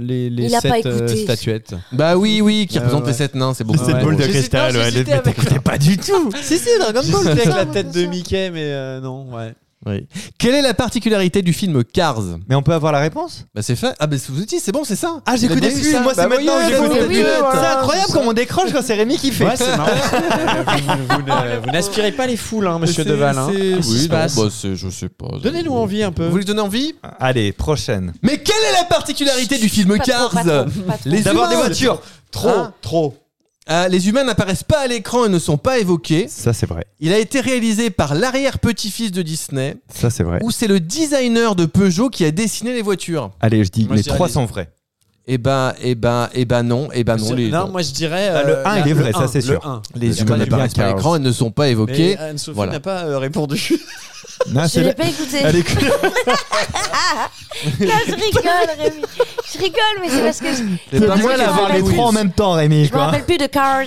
[SPEAKER 5] les, les
[SPEAKER 3] Il a
[SPEAKER 5] sept
[SPEAKER 3] pas
[SPEAKER 5] euh,
[SPEAKER 3] écouté.
[SPEAKER 5] statuettes.
[SPEAKER 2] (laughs)
[SPEAKER 4] Bah oui, oui, qui
[SPEAKER 5] Ouais,
[SPEAKER 4] représente
[SPEAKER 5] ouais.
[SPEAKER 4] les sept nains, c'est
[SPEAKER 2] Les
[SPEAKER 4] beaucoup
[SPEAKER 2] sept
[SPEAKER 4] plus
[SPEAKER 5] Ouais.
[SPEAKER 2] boules de
[SPEAKER 4] drôle.
[SPEAKER 5] J'hésitais,
[SPEAKER 2] cristal, ouais, les
[SPEAKER 5] j'hésitais
[SPEAKER 2] mecs
[SPEAKER 5] avec
[SPEAKER 2] écoutaient pas du tout.
[SPEAKER 5] si, si, Dragon
[SPEAKER 3] Ball,
[SPEAKER 5] avec
[SPEAKER 3] c'est ça,
[SPEAKER 5] la
[SPEAKER 2] hein,
[SPEAKER 3] ouais,
[SPEAKER 5] tête
[SPEAKER 3] bien
[SPEAKER 5] de
[SPEAKER 3] sûr.
[SPEAKER 5] Mickey, mais euh, non, ouais.
[SPEAKER 4] Oui. Quelle est la particularité du film Cars
[SPEAKER 2] Mais on peut avoir la réponse
[SPEAKER 4] Bah c'est fait. Ah bah vous dites, c'est bon, c'est ça. Bah,
[SPEAKER 2] Ah,
[SPEAKER 4] j'écoutais plus, moi, c'est maintenant que j'écoute
[SPEAKER 3] les plus.
[SPEAKER 2] C'est
[SPEAKER 3] C'est
[SPEAKER 2] incroyable comment on décroche quand c'est Rémi qui fait.
[SPEAKER 5] Ouais,
[SPEAKER 3] (laughs)
[SPEAKER 5] c'est marrant. vous vous ne- vous n'aspirez pas les foules, hein, monsieur
[SPEAKER 4] C'est-
[SPEAKER 5] Deval. Hein.
[SPEAKER 4] c'est-
[SPEAKER 5] Qu'est-ce qui
[SPEAKER 4] Oui,
[SPEAKER 5] se
[SPEAKER 4] non,
[SPEAKER 5] passe
[SPEAKER 4] bah, c'est- je sais pas.
[SPEAKER 5] Donnez-nous envie un peu.
[SPEAKER 4] Vous lui donnez envie
[SPEAKER 2] Allez, prochaine.
[SPEAKER 4] Mais quelle est la particularité du film
[SPEAKER 3] Pas trop,
[SPEAKER 4] Cars
[SPEAKER 3] pas trop, pas trop.
[SPEAKER 4] Les
[SPEAKER 2] D'abord
[SPEAKER 4] humains-
[SPEAKER 2] des voitures.
[SPEAKER 5] Trop,
[SPEAKER 4] Ah.
[SPEAKER 5] trop.
[SPEAKER 4] Euh, Les humains n'apparaissent pas à l'écran et ne sont pas évoqués.
[SPEAKER 2] Ça, c'est vrai.
[SPEAKER 4] Il a été réalisé par l'arrière-petit-fils de Disney,
[SPEAKER 2] Ça, c'est vrai.
[SPEAKER 4] où c'est le designer de Peugeot qui a dessiné les voitures.
[SPEAKER 2] Allez, je dis, les
[SPEAKER 5] Moi, je dirais
[SPEAKER 2] trois
[SPEAKER 5] les-
[SPEAKER 2] sont vrais.
[SPEAKER 4] Eh ben, eh ben, eh ben non, eh ben non, les,
[SPEAKER 5] non, moi je dirais.
[SPEAKER 2] Ah, le
[SPEAKER 5] euh,
[SPEAKER 2] un,
[SPEAKER 5] la-
[SPEAKER 2] il est vrai,
[SPEAKER 5] le
[SPEAKER 2] ça,
[SPEAKER 5] un,
[SPEAKER 2] c'est
[SPEAKER 5] le
[SPEAKER 2] sûr.
[SPEAKER 5] un.
[SPEAKER 4] les
[SPEAKER 2] je
[SPEAKER 4] humains
[SPEAKER 2] connais pas
[SPEAKER 4] n'apparaissent pas à
[SPEAKER 2] Cars.
[SPEAKER 4] l'écran et ne sont pas évoqués.
[SPEAKER 5] Mais Anne-Sophie
[SPEAKER 4] Voilà.
[SPEAKER 5] n'a pas euh, répondu.
[SPEAKER 2] Non,
[SPEAKER 3] Je l'ai pas écouté. (laughs)
[SPEAKER 2] Elle est-
[SPEAKER 3] Là, je rigole, Rémi. Je rigole, mais c'est parce que je,
[SPEAKER 2] C'est pas
[SPEAKER 3] parce
[SPEAKER 2] moi
[SPEAKER 3] que je me
[SPEAKER 2] d'avoir les
[SPEAKER 3] rappelle plus.
[SPEAKER 2] trois en même temps, Rémi.
[SPEAKER 3] Je me
[SPEAKER 2] Quoi.
[SPEAKER 3] rappelle plus de Cars.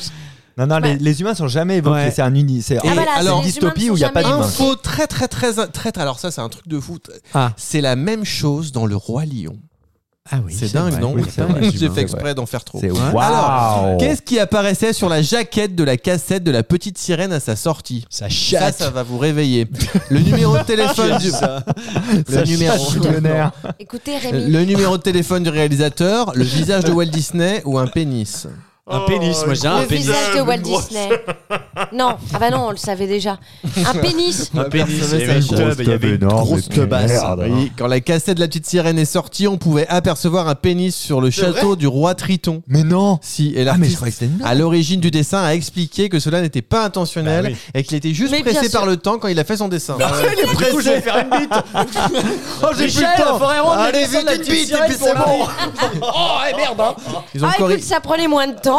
[SPEAKER 2] Non, non, les,
[SPEAKER 3] Ouais.
[SPEAKER 2] les humains sont jamais évoqués.
[SPEAKER 5] Ouais.
[SPEAKER 2] C'est un uni. C'est
[SPEAKER 4] Et
[SPEAKER 2] un-
[SPEAKER 4] voilà, alors,
[SPEAKER 2] une
[SPEAKER 3] les humains ne
[SPEAKER 2] dystopie
[SPEAKER 3] sont
[SPEAKER 2] où il n'y a pas
[SPEAKER 3] jamais
[SPEAKER 2] d'humains.
[SPEAKER 3] évoqués.
[SPEAKER 4] euh, Info très très très très alors ça c'est un truc de fou.
[SPEAKER 5] Ah.
[SPEAKER 4] C'est la même chose dans le roi lion.
[SPEAKER 5] Ah oui,
[SPEAKER 4] c'est dingue
[SPEAKER 2] vrai,
[SPEAKER 4] non
[SPEAKER 2] oui,
[SPEAKER 4] (laughs)
[SPEAKER 2] c'est vrai,
[SPEAKER 4] J'ai
[SPEAKER 2] c'est
[SPEAKER 4] fait exprès d'en faire trop. Hein
[SPEAKER 2] C'est
[SPEAKER 4] Alors,
[SPEAKER 2] waouh.
[SPEAKER 4] Qu'est-ce qui apparaissait sur la jaquette de la cassette de la petite sirène à sa sortie
[SPEAKER 5] Ça
[SPEAKER 4] Ça,
[SPEAKER 5] chatte.
[SPEAKER 4] ça va vous réveiller. Le numéro de téléphone du
[SPEAKER 2] (laughs) Ça
[SPEAKER 4] le numéro
[SPEAKER 2] chasse millionnaire.
[SPEAKER 3] Écoutez, Rémi.
[SPEAKER 4] (laughs) le numéro de téléphone du réalisateur, le visage de Walt Disney ou un pénis.
[SPEAKER 5] Un pénis, moi j'ai un
[SPEAKER 3] Oh, le
[SPEAKER 5] pénis.
[SPEAKER 3] visage de Walt Disney. Non, ah bah non, on le savait déjà. Un pénis.
[SPEAKER 5] Un pénis, il
[SPEAKER 4] Personne
[SPEAKER 5] y avait une
[SPEAKER 4] savait.
[SPEAKER 5] teub, il y avait une
[SPEAKER 2] Grosse
[SPEAKER 4] (laughs)
[SPEAKER 5] grosse
[SPEAKER 2] teub énorme,
[SPEAKER 5] teubasse.
[SPEAKER 2] Oh, merde.
[SPEAKER 4] Oui, quand la cassette de la petite sirène est sortie, on pouvait apercevoir un pénis sur le château du roi Triton.
[SPEAKER 2] Mais non.
[SPEAKER 4] Si, et
[SPEAKER 2] Ah, mais je
[SPEAKER 4] l'artiste
[SPEAKER 2] croyais que c'était une blague.
[SPEAKER 4] à l'origine du dessin a expliqué que cela n'était pas intentionnel
[SPEAKER 5] Bah oui. Bah,
[SPEAKER 4] et qu'il était juste
[SPEAKER 3] Mais bien
[SPEAKER 4] pressé
[SPEAKER 3] sûr.
[SPEAKER 4] par le temps quand il a fait son dessin.
[SPEAKER 5] Du coup, je vais faire une bite. oh, j'ai plus le temps. Allez, vite, une bite, et puis c'est bon. oh, eh merde, hein.
[SPEAKER 4] Ils ont,
[SPEAKER 3] Ah
[SPEAKER 4] corri-
[SPEAKER 3] écoute, ça prenait moins de temps.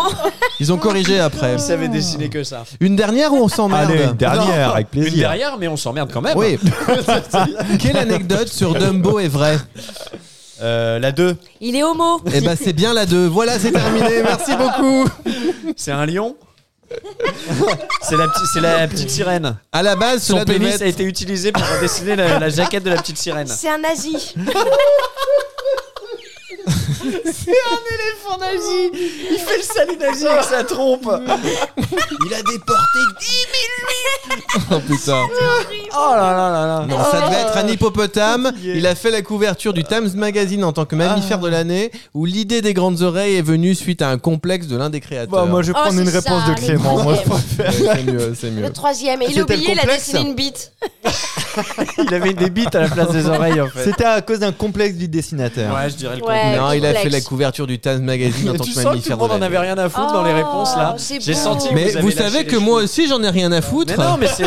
[SPEAKER 4] ils ont corrigé après.
[SPEAKER 5] Ils savaient dessiner que ça.
[SPEAKER 4] Une dernière ou on s'emmerde
[SPEAKER 2] Allez, une dernière, avec
[SPEAKER 5] Une
[SPEAKER 2] plaisir.
[SPEAKER 5] derrière, mais on s'emmerde quand même. (laughs)
[SPEAKER 4] Oui. Quelle anecdote sur Dumbo est vraie
[SPEAKER 5] Euh, la 2,
[SPEAKER 3] (laughs) Il est homo.
[SPEAKER 4] Eh ben c'est bien la 2. Voilà, c'est terminé. Merci beaucoup.
[SPEAKER 5] c'est un lion. c'est la, petite- c'est la petite sirène.
[SPEAKER 4] À la base,
[SPEAKER 5] Son
[SPEAKER 4] cela devait
[SPEAKER 5] pénis
[SPEAKER 4] être-
[SPEAKER 5] a été utilisé pour dessiner la, la jaquette de la petite sirène.
[SPEAKER 3] C'est un nazi.
[SPEAKER 5] Il fait le salut nazi avec sa trompe. Il a déporté.
[SPEAKER 4] Oh, putain.
[SPEAKER 5] Oh là là là là.
[SPEAKER 4] Non, ça devait être un hippopotame. Il a fait la couverture du Times Magazine en tant que mammifère de l'année, où l'idée des grandes oreilles est venue suite à un complexe de l'un des
[SPEAKER 2] Bah,
[SPEAKER 4] créateurs.
[SPEAKER 2] moi, je vais
[SPEAKER 3] Oh,
[SPEAKER 2] prendre une
[SPEAKER 3] c'est
[SPEAKER 2] réponse
[SPEAKER 3] ça,
[SPEAKER 2] de
[SPEAKER 3] les
[SPEAKER 2] Clément. Moi, je
[SPEAKER 3] (laughs) problèmes.
[SPEAKER 4] Ouais, c'est mieux, c'est
[SPEAKER 3] Le
[SPEAKER 4] mieux.
[SPEAKER 3] troisième. Et il a
[SPEAKER 2] C'était le
[SPEAKER 3] oublié, il a
[SPEAKER 2] complexe
[SPEAKER 3] dessiné une bite.
[SPEAKER 5] Il avait des bites à la place des oreilles en fait.
[SPEAKER 2] C'était à cause d'un complexe du dessinateur.
[SPEAKER 5] je dirais
[SPEAKER 3] Ouais.
[SPEAKER 4] Non, il a a fait
[SPEAKER 3] complexe.
[SPEAKER 4] la couverture du Times Magazine en tant
[SPEAKER 5] tu
[SPEAKER 4] que
[SPEAKER 5] sens que tout le
[SPEAKER 4] mammifère de
[SPEAKER 5] monde en
[SPEAKER 4] l'année.
[SPEAKER 5] avait rien à foutre dans les
[SPEAKER 3] Oh,
[SPEAKER 5] réponses là.
[SPEAKER 3] c'est
[SPEAKER 7] J'ai
[SPEAKER 3] beau.
[SPEAKER 7] senti que
[SPEAKER 4] Mais
[SPEAKER 7] vous avez
[SPEAKER 4] vous,
[SPEAKER 7] lâché
[SPEAKER 4] savez
[SPEAKER 7] les
[SPEAKER 4] que
[SPEAKER 7] cheveux.
[SPEAKER 4] moi aussi j'en ai rien à foutre.
[SPEAKER 7] Mais non, mais c'est.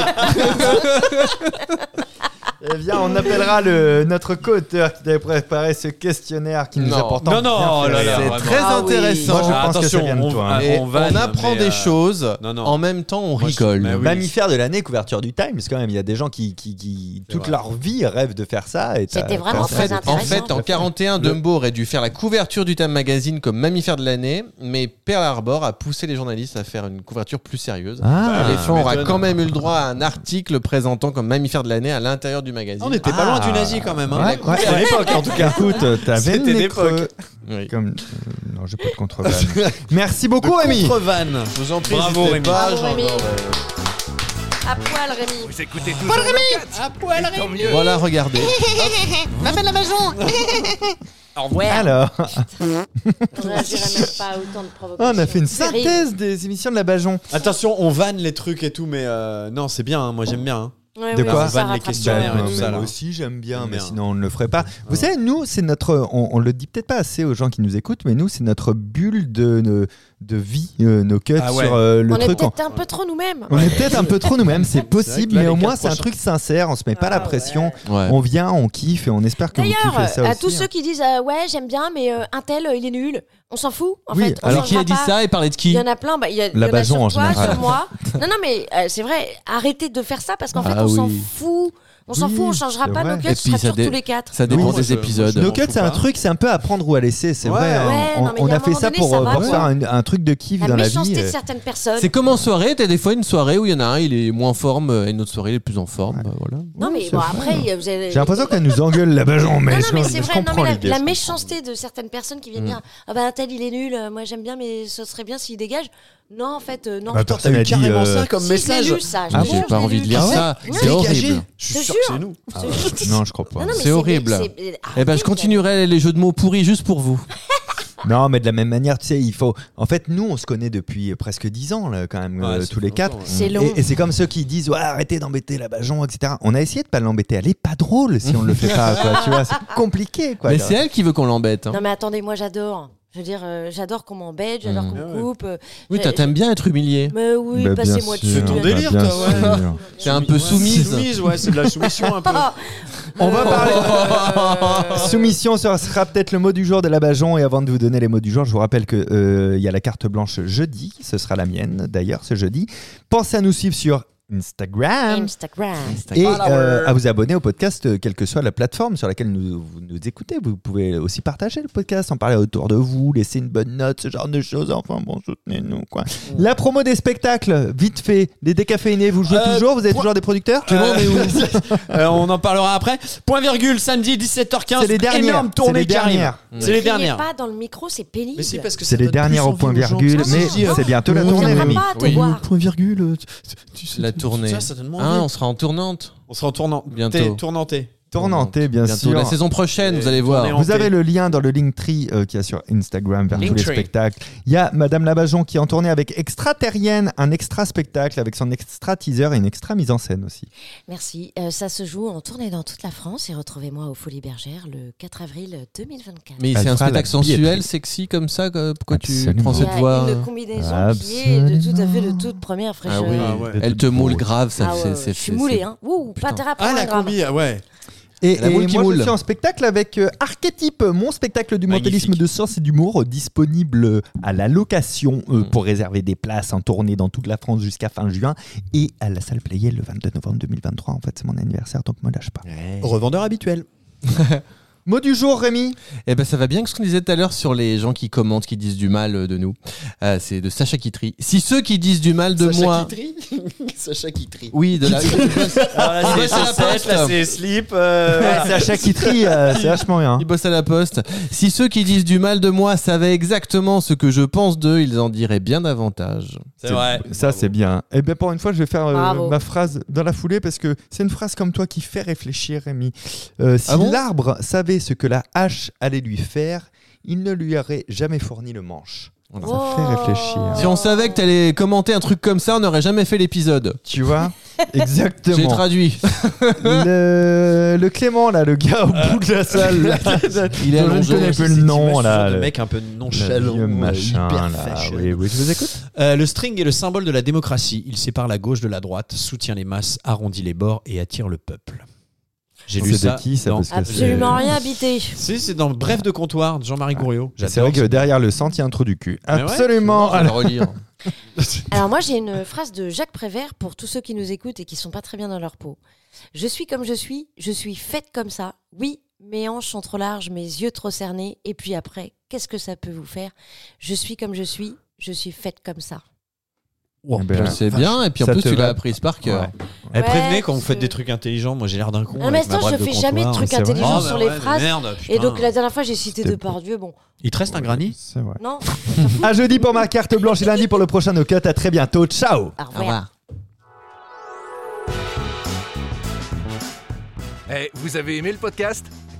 [SPEAKER 2] Eh bien, on appellera le, notre co-auteur qui avait préparé ce questionnaire qui nous
[SPEAKER 4] Non.
[SPEAKER 2] a pourtant
[SPEAKER 7] Non, non,
[SPEAKER 2] bien fait
[SPEAKER 7] oh là là,
[SPEAKER 2] rire.
[SPEAKER 7] vraiment.
[SPEAKER 4] C'est très
[SPEAKER 3] Ah oui.
[SPEAKER 4] intéressant.
[SPEAKER 2] Moi, je pense que ça
[SPEAKER 7] Attention,
[SPEAKER 2] vient de
[SPEAKER 7] on-
[SPEAKER 2] toi. hein.
[SPEAKER 7] ah,
[SPEAKER 4] Et on,
[SPEAKER 7] on vanne,
[SPEAKER 4] apprend
[SPEAKER 7] mais,
[SPEAKER 4] des
[SPEAKER 7] euh,
[SPEAKER 4] choses,
[SPEAKER 7] non, non.
[SPEAKER 4] en même temps on
[SPEAKER 7] Moi, je-
[SPEAKER 4] rigole.
[SPEAKER 7] mais oui.
[SPEAKER 2] Mammifère de l'année, couverture du Times quand même. Il y a des gens qui, qui, qui toute
[SPEAKER 7] vrai.
[SPEAKER 2] leur vie rêvent de faire ça. et t'as-
[SPEAKER 3] C'était vraiment
[SPEAKER 4] En
[SPEAKER 2] t'as-
[SPEAKER 3] très
[SPEAKER 4] fait, en fait, en 41, Dumbo aurait dû faire la couverture du Time Magazine comme mammifère de l'année, mais Pearl Harbor a poussé les journalistes à faire une couverture plus sérieuse.
[SPEAKER 2] Ah.
[SPEAKER 4] L'éléphant
[SPEAKER 7] tu
[SPEAKER 4] aura
[SPEAKER 7] m'étonnes.
[SPEAKER 4] quand même eu le droit à un article présentant comme mammifère de l'année à l'intérieur du magazine.
[SPEAKER 7] On était pas loin du nazi quand même. hein.
[SPEAKER 2] Ouais, ouais, à l'époque en tout cas. Écoute, euh, t'avais
[SPEAKER 7] C'était
[SPEAKER 2] le nez
[SPEAKER 7] l'époque.
[SPEAKER 2] creux.
[SPEAKER 4] Ah,
[SPEAKER 2] (laughs)
[SPEAKER 4] Oui.
[SPEAKER 2] Comme... euh, Non, j'ai pas de contre Merci beaucoup, Rémi.
[SPEAKER 7] Contre-vanne.
[SPEAKER 4] Je vous en prie,
[SPEAKER 7] Bravo,
[SPEAKER 4] n'hésitez
[SPEAKER 7] Rémi.
[SPEAKER 4] pas,
[SPEAKER 3] Bravo,
[SPEAKER 4] j'en-
[SPEAKER 3] Rémi.
[SPEAKER 7] euh,
[SPEAKER 3] À poil, Rémi.
[SPEAKER 1] Vous écoutez toujours Loquette. Et tant mieux.
[SPEAKER 4] Voilà, regardez.
[SPEAKER 2] Alors, (laughs)
[SPEAKER 3] On réagira même pas à autant de provocations.
[SPEAKER 2] Ah, on a fait une
[SPEAKER 3] C'est horrible.
[SPEAKER 2] synthèse des émissions de la Bajon.
[SPEAKER 7] Attention, on vanne les trucs et tout, mais euh, non, c'est bien. hein, moi, j'aime bien. hein.
[SPEAKER 3] Ouais,
[SPEAKER 2] De
[SPEAKER 3] ouais,
[SPEAKER 2] quoi Bah,
[SPEAKER 3] ouais, ça
[SPEAKER 7] Vannes les
[SPEAKER 3] rattrape
[SPEAKER 7] questions
[SPEAKER 3] bien,
[SPEAKER 7] et
[SPEAKER 3] ouais.
[SPEAKER 7] tout ça, là.
[SPEAKER 2] aussi, j'aime bien,
[SPEAKER 7] Merde.
[SPEAKER 2] on ne le ferait pas. Vous savez, nous, c'est notre. On, on le dit peut-être pas assez aux gens qui nous écoutent, mais nous, c'est notre bulle de, de, de vie, euh, nos cuts
[SPEAKER 7] Ah ouais.
[SPEAKER 2] sur euh, le
[SPEAKER 3] On est
[SPEAKER 2] truc.
[SPEAKER 3] peut-être un peu trop nous-mêmes.
[SPEAKER 2] On est peut-être un peu
[SPEAKER 7] (laughs)
[SPEAKER 2] trop nous-mêmes, c'est possible,
[SPEAKER 7] là,
[SPEAKER 2] mais
[SPEAKER 7] les
[SPEAKER 2] au moins
[SPEAKER 7] quatre
[SPEAKER 2] c'est un
[SPEAKER 7] prochains.
[SPEAKER 2] truc sincère, on se met pas la pression,
[SPEAKER 4] Ouais.
[SPEAKER 2] on vient, on kiffe et on espère que vous
[SPEAKER 3] Ah D'ailleurs,
[SPEAKER 2] kiffez ça
[SPEAKER 3] euh,
[SPEAKER 2] aussi. hein.
[SPEAKER 3] à tous ceux qui disent euh, ouais j'aime bien mais euh, un tel euh, il est nul, on s'en fout. En
[SPEAKER 2] Oui,
[SPEAKER 3] fait, on
[SPEAKER 4] Alors qui a
[SPEAKER 3] changera
[SPEAKER 4] dit
[SPEAKER 3] pas.
[SPEAKER 4] ça et parlait de
[SPEAKER 3] Il
[SPEAKER 4] qui
[SPEAKER 3] y en a plein, bah, il y, a- il y
[SPEAKER 2] La
[SPEAKER 3] en a
[SPEAKER 2] Bazon,
[SPEAKER 3] sur
[SPEAKER 2] en
[SPEAKER 3] toi,
[SPEAKER 2] général. (laughs)
[SPEAKER 3] sur moi. Non, non, mais euh, c'est vrai, arrêtez de faire ça parce qu'en fait,
[SPEAKER 4] Ah
[SPEAKER 3] on s'en
[SPEAKER 4] oui.
[SPEAKER 3] fout. On s'en
[SPEAKER 2] Oui,
[SPEAKER 3] fout, on changera
[SPEAKER 2] c'est
[SPEAKER 3] pas
[SPEAKER 2] vrai.
[SPEAKER 3] nos
[SPEAKER 4] Et
[SPEAKER 3] cuts, ce
[SPEAKER 4] puis,
[SPEAKER 3] sera
[SPEAKER 4] ça
[SPEAKER 3] sur
[SPEAKER 4] dé-
[SPEAKER 3] tous les quatre.
[SPEAKER 4] Ça dépend
[SPEAKER 7] Oui, moi,
[SPEAKER 4] des
[SPEAKER 7] je-
[SPEAKER 4] épisodes.
[SPEAKER 7] je-
[SPEAKER 2] No cut, c'est un
[SPEAKER 7] pas.
[SPEAKER 2] truc, c'est un peu à prendre ou à laisser, c'est
[SPEAKER 7] Ouais.
[SPEAKER 2] vrai. hein.
[SPEAKER 3] Ouais,
[SPEAKER 2] on
[SPEAKER 3] non, mais
[SPEAKER 2] on
[SPEAKER 3] il y a
[SPEAKER 2] a
[SPEAKER 3] un
[SPEAKER 2] fait
[SPEAKER 3] moment
[SPEAKER 2] ça
[SPEAKER 3] donné,
[SPEAKER 2] pour,
[SPEAKER 3] ça
[SPEAKER 2] euh,
[SPEAKER 3] va,
[SPEAKER 2] pour
[SPEAKER 3] quoi.
[SPEAKER 2] faire un, un truc de kiff
[SPEAKER 3] La
[SPEAKER 2] dans la vie.
[SPEAKER 3] méchanceté de
[SPEAKER 2] euh.
[SPEAKER 3] certaines personnes.
[SPEAKER 4] C'est comme en soirée, t'as des fois une soirée où il y en a un, il est moins en forme, euh, et une autre soirée, il est plus en forme. bah voilà.
[SPEAKER 3] Non, mais
[SPEAKER 2] c'est
[SPEAKER 3] bon,
[SPEAKER 2] vrai.
[SPEAKER 3] après, il y a- vous avez.
[SPEAKER 2] J'ai l'impression qu'elle nous engueule la bajon, mais,
[SPEAKER 3] Non, non,
[SPEAKER 2] je,
[SPEAKER 3] mais
[SPEAKER 2] je
[SPEAKER 3] c'est vrai, non,
[SPEAKER 2] comprends
[SPEAKER 3] mais la,
[SPEAKER 2] l'idée.
[SPEAKER 3] la
[SPEAKER 2] je comprends.
[SPEAKER 3] méchanceté de certaines personnes qui viennent
[SPEAKER 4] Mm.
[SPEAKER 3] dire Ah bah, un tel, il est nul, euh, moi j'aime bien, mais ce serait bien s'il dégage. Non, en fait, euh, non.
[SPEAKER 2] Bah,
[SPEAKER 7] Putain, t'as
[SPEAKER 2] Personne a
[SPEAKER 7] eu
[SPEAKER 2] dit,
[SPEAKER 7] carrément
[SPEAKER 2] euh,
[SPEAKER 7] ça comme
[SPEAKER 3] Si, je l'ai
[SPEAKER 7] message.
[SPEAKER 3] lu, ça, je
[SPEAKER 2] Ah
[SPEAKER 3] te
[SPEAKER 2] bon
[SPEAKER 3] jure,
[SPEAKER 4] J'ai
[SPEAKER 3] je
[SPEAKER 4] pas
[SPEAKER 3] l'ai
[SPEAKER 4] envie
[SPEAKER 3] lu.
[SPEAKER 4] de lire
[SPEAKER 2] Ah ouais
[SPEAKER 4] ça,
[SPEAKER 3] Ouais.
[SPEAKER 4] c'est
[SPEAKER 7] Dégagé.
[SPEAKER 4] horrible. Eh
[SPEAKER 7] Je suis
[SPEAKER 3] Je
[SPEAKER 7] sûr
[SPEAKER 3] jure.
[SPEAKER 7] que c'est nous.
[SPEAKER 3] (laughs) Je te jure.
[SPEAKER 2] Non, je crois pas.
[SPEAKER 3] Non, non, mais
[SPEAKER 4] C'est
[SPEAKER 3] des-
[SPEAKER 4] horrible.
[SPEAKER 3] c'est- euh,
[SPEAKER 4] Eh ben, je continuerai les jeux de mots pourris juste pour vous.
[SPEAKER 2] Non, mais de la même manière, tu sais, il faut. En fait, nous, on se connaît depuis presque 10 ans, là, quand même,
[SPEAKER 7] Ouais,
[SPEAKER 2] euh,
[SPEAKER 7] ça
[SPEAKER 2] tous
[SPEAKER 7] fait
[SPEAKER 2] les quatre.
[SPEAKER 7] longtemps,
[SPEAKER 3] C'est long.
[SPEAKER 2] Et, et c'est comme ceux qui disent ouais, arrêtez d'embêter la Bajon, etc. On a essayé de pas l'embêter. Elle est pas drôle si on le fait pas. Quoi, tu vois, c'est compliqué. Quoi,
[SPEAKER 4] Mais
[SPEAKER 2] genre.
[SPEAKER 4] c'est elle qui veut qu'on l'embête. hein.
[SPEAKER 3] Non mais attendez, moi j'adore. Je veux dire, euh, j'adore qu'on m'embête, j'adore
[SPEAKER 4] Mm.
[SPEAKER 3] qu'on
[SPEAKER 7] Ah
[SPEAKER 3] me
[SPEAKER 7] ouais.
[SPEAKER 3] coupe. euh,
[SPEAKER 4] Oui, t'as-
[SPEAKER 3] euh,
[SPEAKER 4] t'aimes bien être humilié.
[SPEAKER 3] Mais oui,
[SPEAKER 2] Bah, bien
[SPEAKER 3] passez-moi
[SPEAKER 2] sûr.
[SPEAKER 3] dessus. hein.
[SPEAKER 7] C'est ton délire,
[SPEAKER 2] Bah, bien
[SPEAKER 7] toi, ouais.
[SPEAKER 2] sûr.
[SPEAKER 4] T'es un peu
[SPEAKER 7] Ouais,
[SPEAKER 4] soumise.
[SPEAKER 7] Soumise, ouais, c'est de la soumission un
[SPEAKER 3] (laughs)
[SPEAKER 7] peu.
[SPEAKER 3] Ah,
[SPEAKER 2] On va parler.
[SPEAKER 7] (laughs)
[SPEAKER 2] Soumission ce sera peut-être le mot du jour de la Bajon. Et avant de vous donner les mots du jour, je vous rappelle que euh, il y a la carte blanche jeudi. Ce sera la mienne d'ailleurs ce jeudi. Pensez à nous suivre sur
[SPEAKER 7] Euh,
[SPEAKER 2] Instagram.
[SPEAKER 3] Instagram.
[SPEAKER 2] Et euh, à vous abonner au podcast, euh, quelle que soit la plateforme sur laquelle nous, vous nous écoutez. Vous pouvez aussi partager le podcast, en parler autour de vous, laisser une bonne note, ce genre de choses. Enfin bon, soutenez-nous. quoi. La promo des spectacles, vite fait. Les décaféinés, vous jouez
[SPEAKER 7] Euh,
[SPEAKER 2] toujours Vous êtes
[SPEAKER 7] point-
[SPEAKER 2] toujours des producteurs
[SPEAKER 7] Euh,
[SPEAKER 2] (laughs)
[SPEAKER 7] euh, on en parlera après. Point virgule, samedi
[SPEAKER 2] C'est
[SPEAKER 7] 17h15.
[SPEAKER 2] les dernières.
[SPEAKER 7] énorme
[SPEAKER 2] C'est les
[SPEAKER 7] tournée qui arrive.
[SPEAKER 2] dernières.
[SPEAKER 7] C'est les
[SPEAKER 3] Criez
[SPEAKER 7] dernières.
[SPEAKER 3] pas dans le micro, c'est pénible.
[SPEAKER 7] Mais c'est parce que
[SPEAKER 2] C'est les dernières au point virgule,
[SPEAKER 3] gens.
[SPEAKER 2] mais
[SPEAKER 3] Ah, non.
[SPEAKER 2] c'est bientôt la
[SPEAKER 3] On
[SPEAKER 2] tournée,
[SPEAKER 3] viendra
[SPEAKER 2] Rémi.
[SPEAKER 3] pas te
[SPEAKER 4] Oui.
[SPEAKER 3] voir.
[SPEAKER 7] Point virgule. euh, tu- tu sais,
[SPEAKER 4] La
[SPEAKER 7] tout-
[SPEAKER 4] tournée.
[SPEAKER 7] tout ça, ça donne moins
[SPEAKER 4] Ah,
[SPEAKER 7] envie.
[SPEAKER 4] on sera en tournante.
[SPEAKER 7] On sera en tournant.
[SPEAKER 4] Bientôt.
[SPEAKER 7] t'es- Tournanté.
[SPEAKER 2] Tournanté, bien
[SPEAKER 4] Bientôt,
[SPEAKER 2] sûr.
[SPEAKER 4] la saison prochaine,
[SPEAKER 7] Et
[SPEAKER 4] vous allez
[SPEAKER 7] tournée
[SPEAKER 4] voir.
[SPEAKER 7] en-
[SPEAKER 2] Vous avez le lien dans le Linktree euh, qui est sur Instagram vers tous les
[SPEAKER 7] Linktree.
[SPEAKER 2] spectacles. Il y a Madame Labajon qui est en tournée avec Extraterrienne, un extra spectacle avec son extra teaser et une extra mise en scène aussi.
[SPEAKER 3] Merci. Euh, ça se joue en tournée dans toute la France et retrouvez-moi au Folies Bergères le 4 avril 2024.
[SPEAKER 4] Mais
[SPEAKER 2] Elle
[SPEAKER 4] c'est un
[SPEAKER 2] fera la
[SPEAKER 4] spectacle sensuel,
[SPEAKER 2] billetterie.
[SPEAKER 4] sexy comme ça. quoi. Pourquoi tu
[SPEAKER 2] Absolument.
[SPEAKER 4] prends
[SPEAKER 3] Il y
[SPEAKER 4] cette
[SPEAKER 3] a
[SPEAKER 4] voix
[SPEAKER 3] une
[SPEAKER 4] euh,
[SPEAKER 3] combinaison qui est de
[SPEAKER 2] Absolument.
[SPEAKER 3] tout à fait de toute première fraîcheur.
[SPEAKER 4] oui.
[SPEAKER 7] Ah ouais.
[SPEAKER 4] Elle te moule grave, ça.
[SPEAKER 3] Ah ouais,
[SPEAKER 4] c'est-
[SPEAKER 3] ouais,
[SPEAKER 4] c'est-
[SPEAKER 3] je suis
[SPEAKER 4] c'est-
[SPEAKER 3] moulée,
[SPEAKER 4] c'est-
[SPEAKER 3] hein. Ouh, pas
[SPEAKER 4] Putain.
[SPEAKER 3] de rap,
[SPEAKER 7] Ah, la
[SPEAKER 3] pas grave.
[SPEAKER 7] combi, ah ouais.
[SPEAKER 2] Et,
[SPEAKER 4] La
[SPEAKER 2] et
[SPEAKER 4] boule qui
[SPEAKER 2] moi,
[SPEAKER 4] moule.
[SPEAKER 2] je suis en spectacle avec euh, Archétype, mon spectacle du
[SPEAKER 7] Magnifique.
[SPEAKER 2] mentalisme de science et d'humour, euh, disponible euh, à la location euh,
[SPEAKER 4] Mm.
[SPEAKER 2] pour réserver des places en tournée dans toute la France jusqu'à fin juin et à la salle Playel le 22 novembre 2023. En fait, c'est mon anniversaire, donc me lâche pas.
[SPEAKER 7] Revendeur
[SPEAKER 4] (laughs)
[SPEAKER 7] habituel.
[SPEAKER 2] Mot du jour, Rémi
[SPEAKER 4] Eh ben, ça va bien que ce qu'on disait tout à l'heure sur les gens qui commentent, qui disent du mal euh, de nous. Euh, c'est de Sacha Kitry. Si ceux qui disent du mal de moi.
[SPEAKER 7] (laughs) Sacha qui trie.
[SPEAKER 4] Oui, de la.
[SPEAKER 7] Alors
[SPEAKER 2] (laughs)
[SPEAKER 7] Ah, là,
[SPEAKER 4] Il
[SPEAKER 7] c'est
[SPEAKER 4] bosse à la
[SPEAKER 7] chaussettes,
[SPEAKER 4] poste.
[SPEAKER 7] là, c'est slip.
[SPEAKER 2] (laughs)
[SPEAKER 7] euh,
[SPEAKER 2] Sacha Kitry, euh, c'est vachement bien.
[SPEAKER 4] Ils bossent à la poste. Si ceux qui disent du mal de moi savaient exactement ce que je pense d'eux, ils en diraient bien davantage.
[SPEAKER 7] C'est vrai.
[SPEAKER 2] Ça, c'est bien. Et bien, pour une fois, je vais faire euh,
[SPEAKER 3] Bravo.
[SPEAKER 2] ma phrase dans la foulée parce que c'est une phrase comme toi qui fait réfléchir, Rémi. Euh, si
[SPEAKER 4] Ah bon
[SPEAKER 2] l'arbre savait ce que la hache allait lui faire, il ne lui aurait jamais fourni le manche. Ça
[SPEAKER 3] Wow.
[SPEAKER 2] fait réfléchir.
[SPEAKER 4] Si on savait que t'allais commenter un truc comme ça, on n'aurait jamais fait l'épisode.
[SPEAKER 2] Tu vois
[SPEAKER 4] J'ai
[SPEAKER 2] Exactement. (laughs)
[SPEAKER 4] traduit.
[SPEAKER 2] Le... le Clément, là, le gars au bout de la salle. là,
[SPEAKER 4] Il est
[SPEAKER 2] dont je
[SPEAKER 4] allongé.
[SPEAKER 2] ne connais plus le nom, là.
[SPEAKER 5] Le
[SPEAKER 2] le-
[SPEAKER 5] mec un peu
[SPEAKER 2] le
[SPEAKER 5] nonchalant,
[SPEAKER 2] vieux
[SPEAKER 5] euh,
[SPEAKER 2] machin,
[SPEAKER 5] hyper
[SPEAKER 2] là.
[SPEAKER 5] fashion.
[SPEAKER 2] Oui, oui, je vous écoute.
[SPEAKER 5] Euh, le string est le symbole de la démocratie. Il sépare la gauche de la droite, soutient les masses, arrondit les bords et attire le peuple. J'ai lu
[SPEAKER 2] C'est
[SPEAKER 5] ça.
[SPEAKER 2] de qui, ça
[SPEAKER 5] dans...
[SPEAKER 2] parce que
[SPEAKER 3] Absolument
[SPEAKER 2] c'est-
[SPEAKER 3] rien habité.
[SPEAKER 5] Si, c'est dans Bref de comptoir de Jean-Marie Gouriot.
[SPEAKER 2] Ah. C'est vrai
[SPEAKER 5] J'adore.
[SPEAKER 2] que
[SPEAKER 5] (laughs)
[SPEAKER 2] derrière le sang, il y a un trou du cul.
[SPEAKER 5] Mais ouais,
[SPEAKER 2] Absolument.
[SPEAKER 4] On va le relire.
[SPEAKER 2] Eh
[SPEAKER 3] Alors moi j'ai une phrase de Jacques Prévert pour tous ceux qui nous écoutent et qui sont pas très bien dans leur peau. Je suis comme je suis, je suis faite comme ça. Oui, mes hanches sont trop larges, mes yeux trop cernés. Et puis après, qu'est-ce que ça peut vous faire Je suis comme je suis, je suis faite comme ça.
[SPEAKER 5] Wow.
[SPEAKER 2] Eh ben,
[SPEAKER 4] Je le sais bien, et puis en
[SPEAKER 2] Ça
[SPEAKER 4] plus,
[SPEAKER 2] te
[SPEAKER 4] tu
[SPEAKER 2] va.
[SPEAKER 4] l'as apprise par cœur.
[SPEAKER 2] Ouais.
[SPEAKER 5] Eh, prévenez
[SPEAKER 3] Ouais,
[SPEAKER 5] quand vous faites
[SPEAKER 3] c'est-
[SPEAKER 5] des trucs intelligents. Moi, j'ai l'air d'un con.
[SPEAKER 3] Non, mais
[SPEAKER 5] avec ma
[SPEAKER 3] attends,
[SPEAKER 5] bref
[SPEAKER 3] je
[SPEAKER 5] de
[SPEAKER 3] fais jamais de
[SPEAKER 5] comptoir.
[SPEAKER 3] trucs
[SPEAKER 2] c'est vrai.
[SPEAKER 3] intelligents
[SPEAKER 5] Ah,
[SPEAKER 3] sur
[SPEAKER 5] bah
[SPEAKER 3] les
[SPEAKER 5] ouais,
[SPEAKER 3] phrases.
[SPEAKER 5] merde,
[SPEAKER 3] Et
[SPEAKER 5] putain.
[SPEAKER 3] donc la dernière fois j'ai cité
[SPEAKER 2] C'était-
[SPEAKER 3] Depardieu, bon,
[SPEAKER 5] Il te reste un granny
[SPEAKER 2] C'est vrai.
[SPEAKER 3] non
[SPEAKER 2] À jeudi pour ma carte blanche et lundi pour le prochain No Cut. À très bientôt. Ciao.
[SPEAKER 5] Ah,
[SPEAKER 3] Au
[SPEAKER 4] Au
[SPEAKER 3] revoir.
[SPEAKER 4] revoir.
[SPEAKER 1] Eh, vous avez aimé le podcast Eh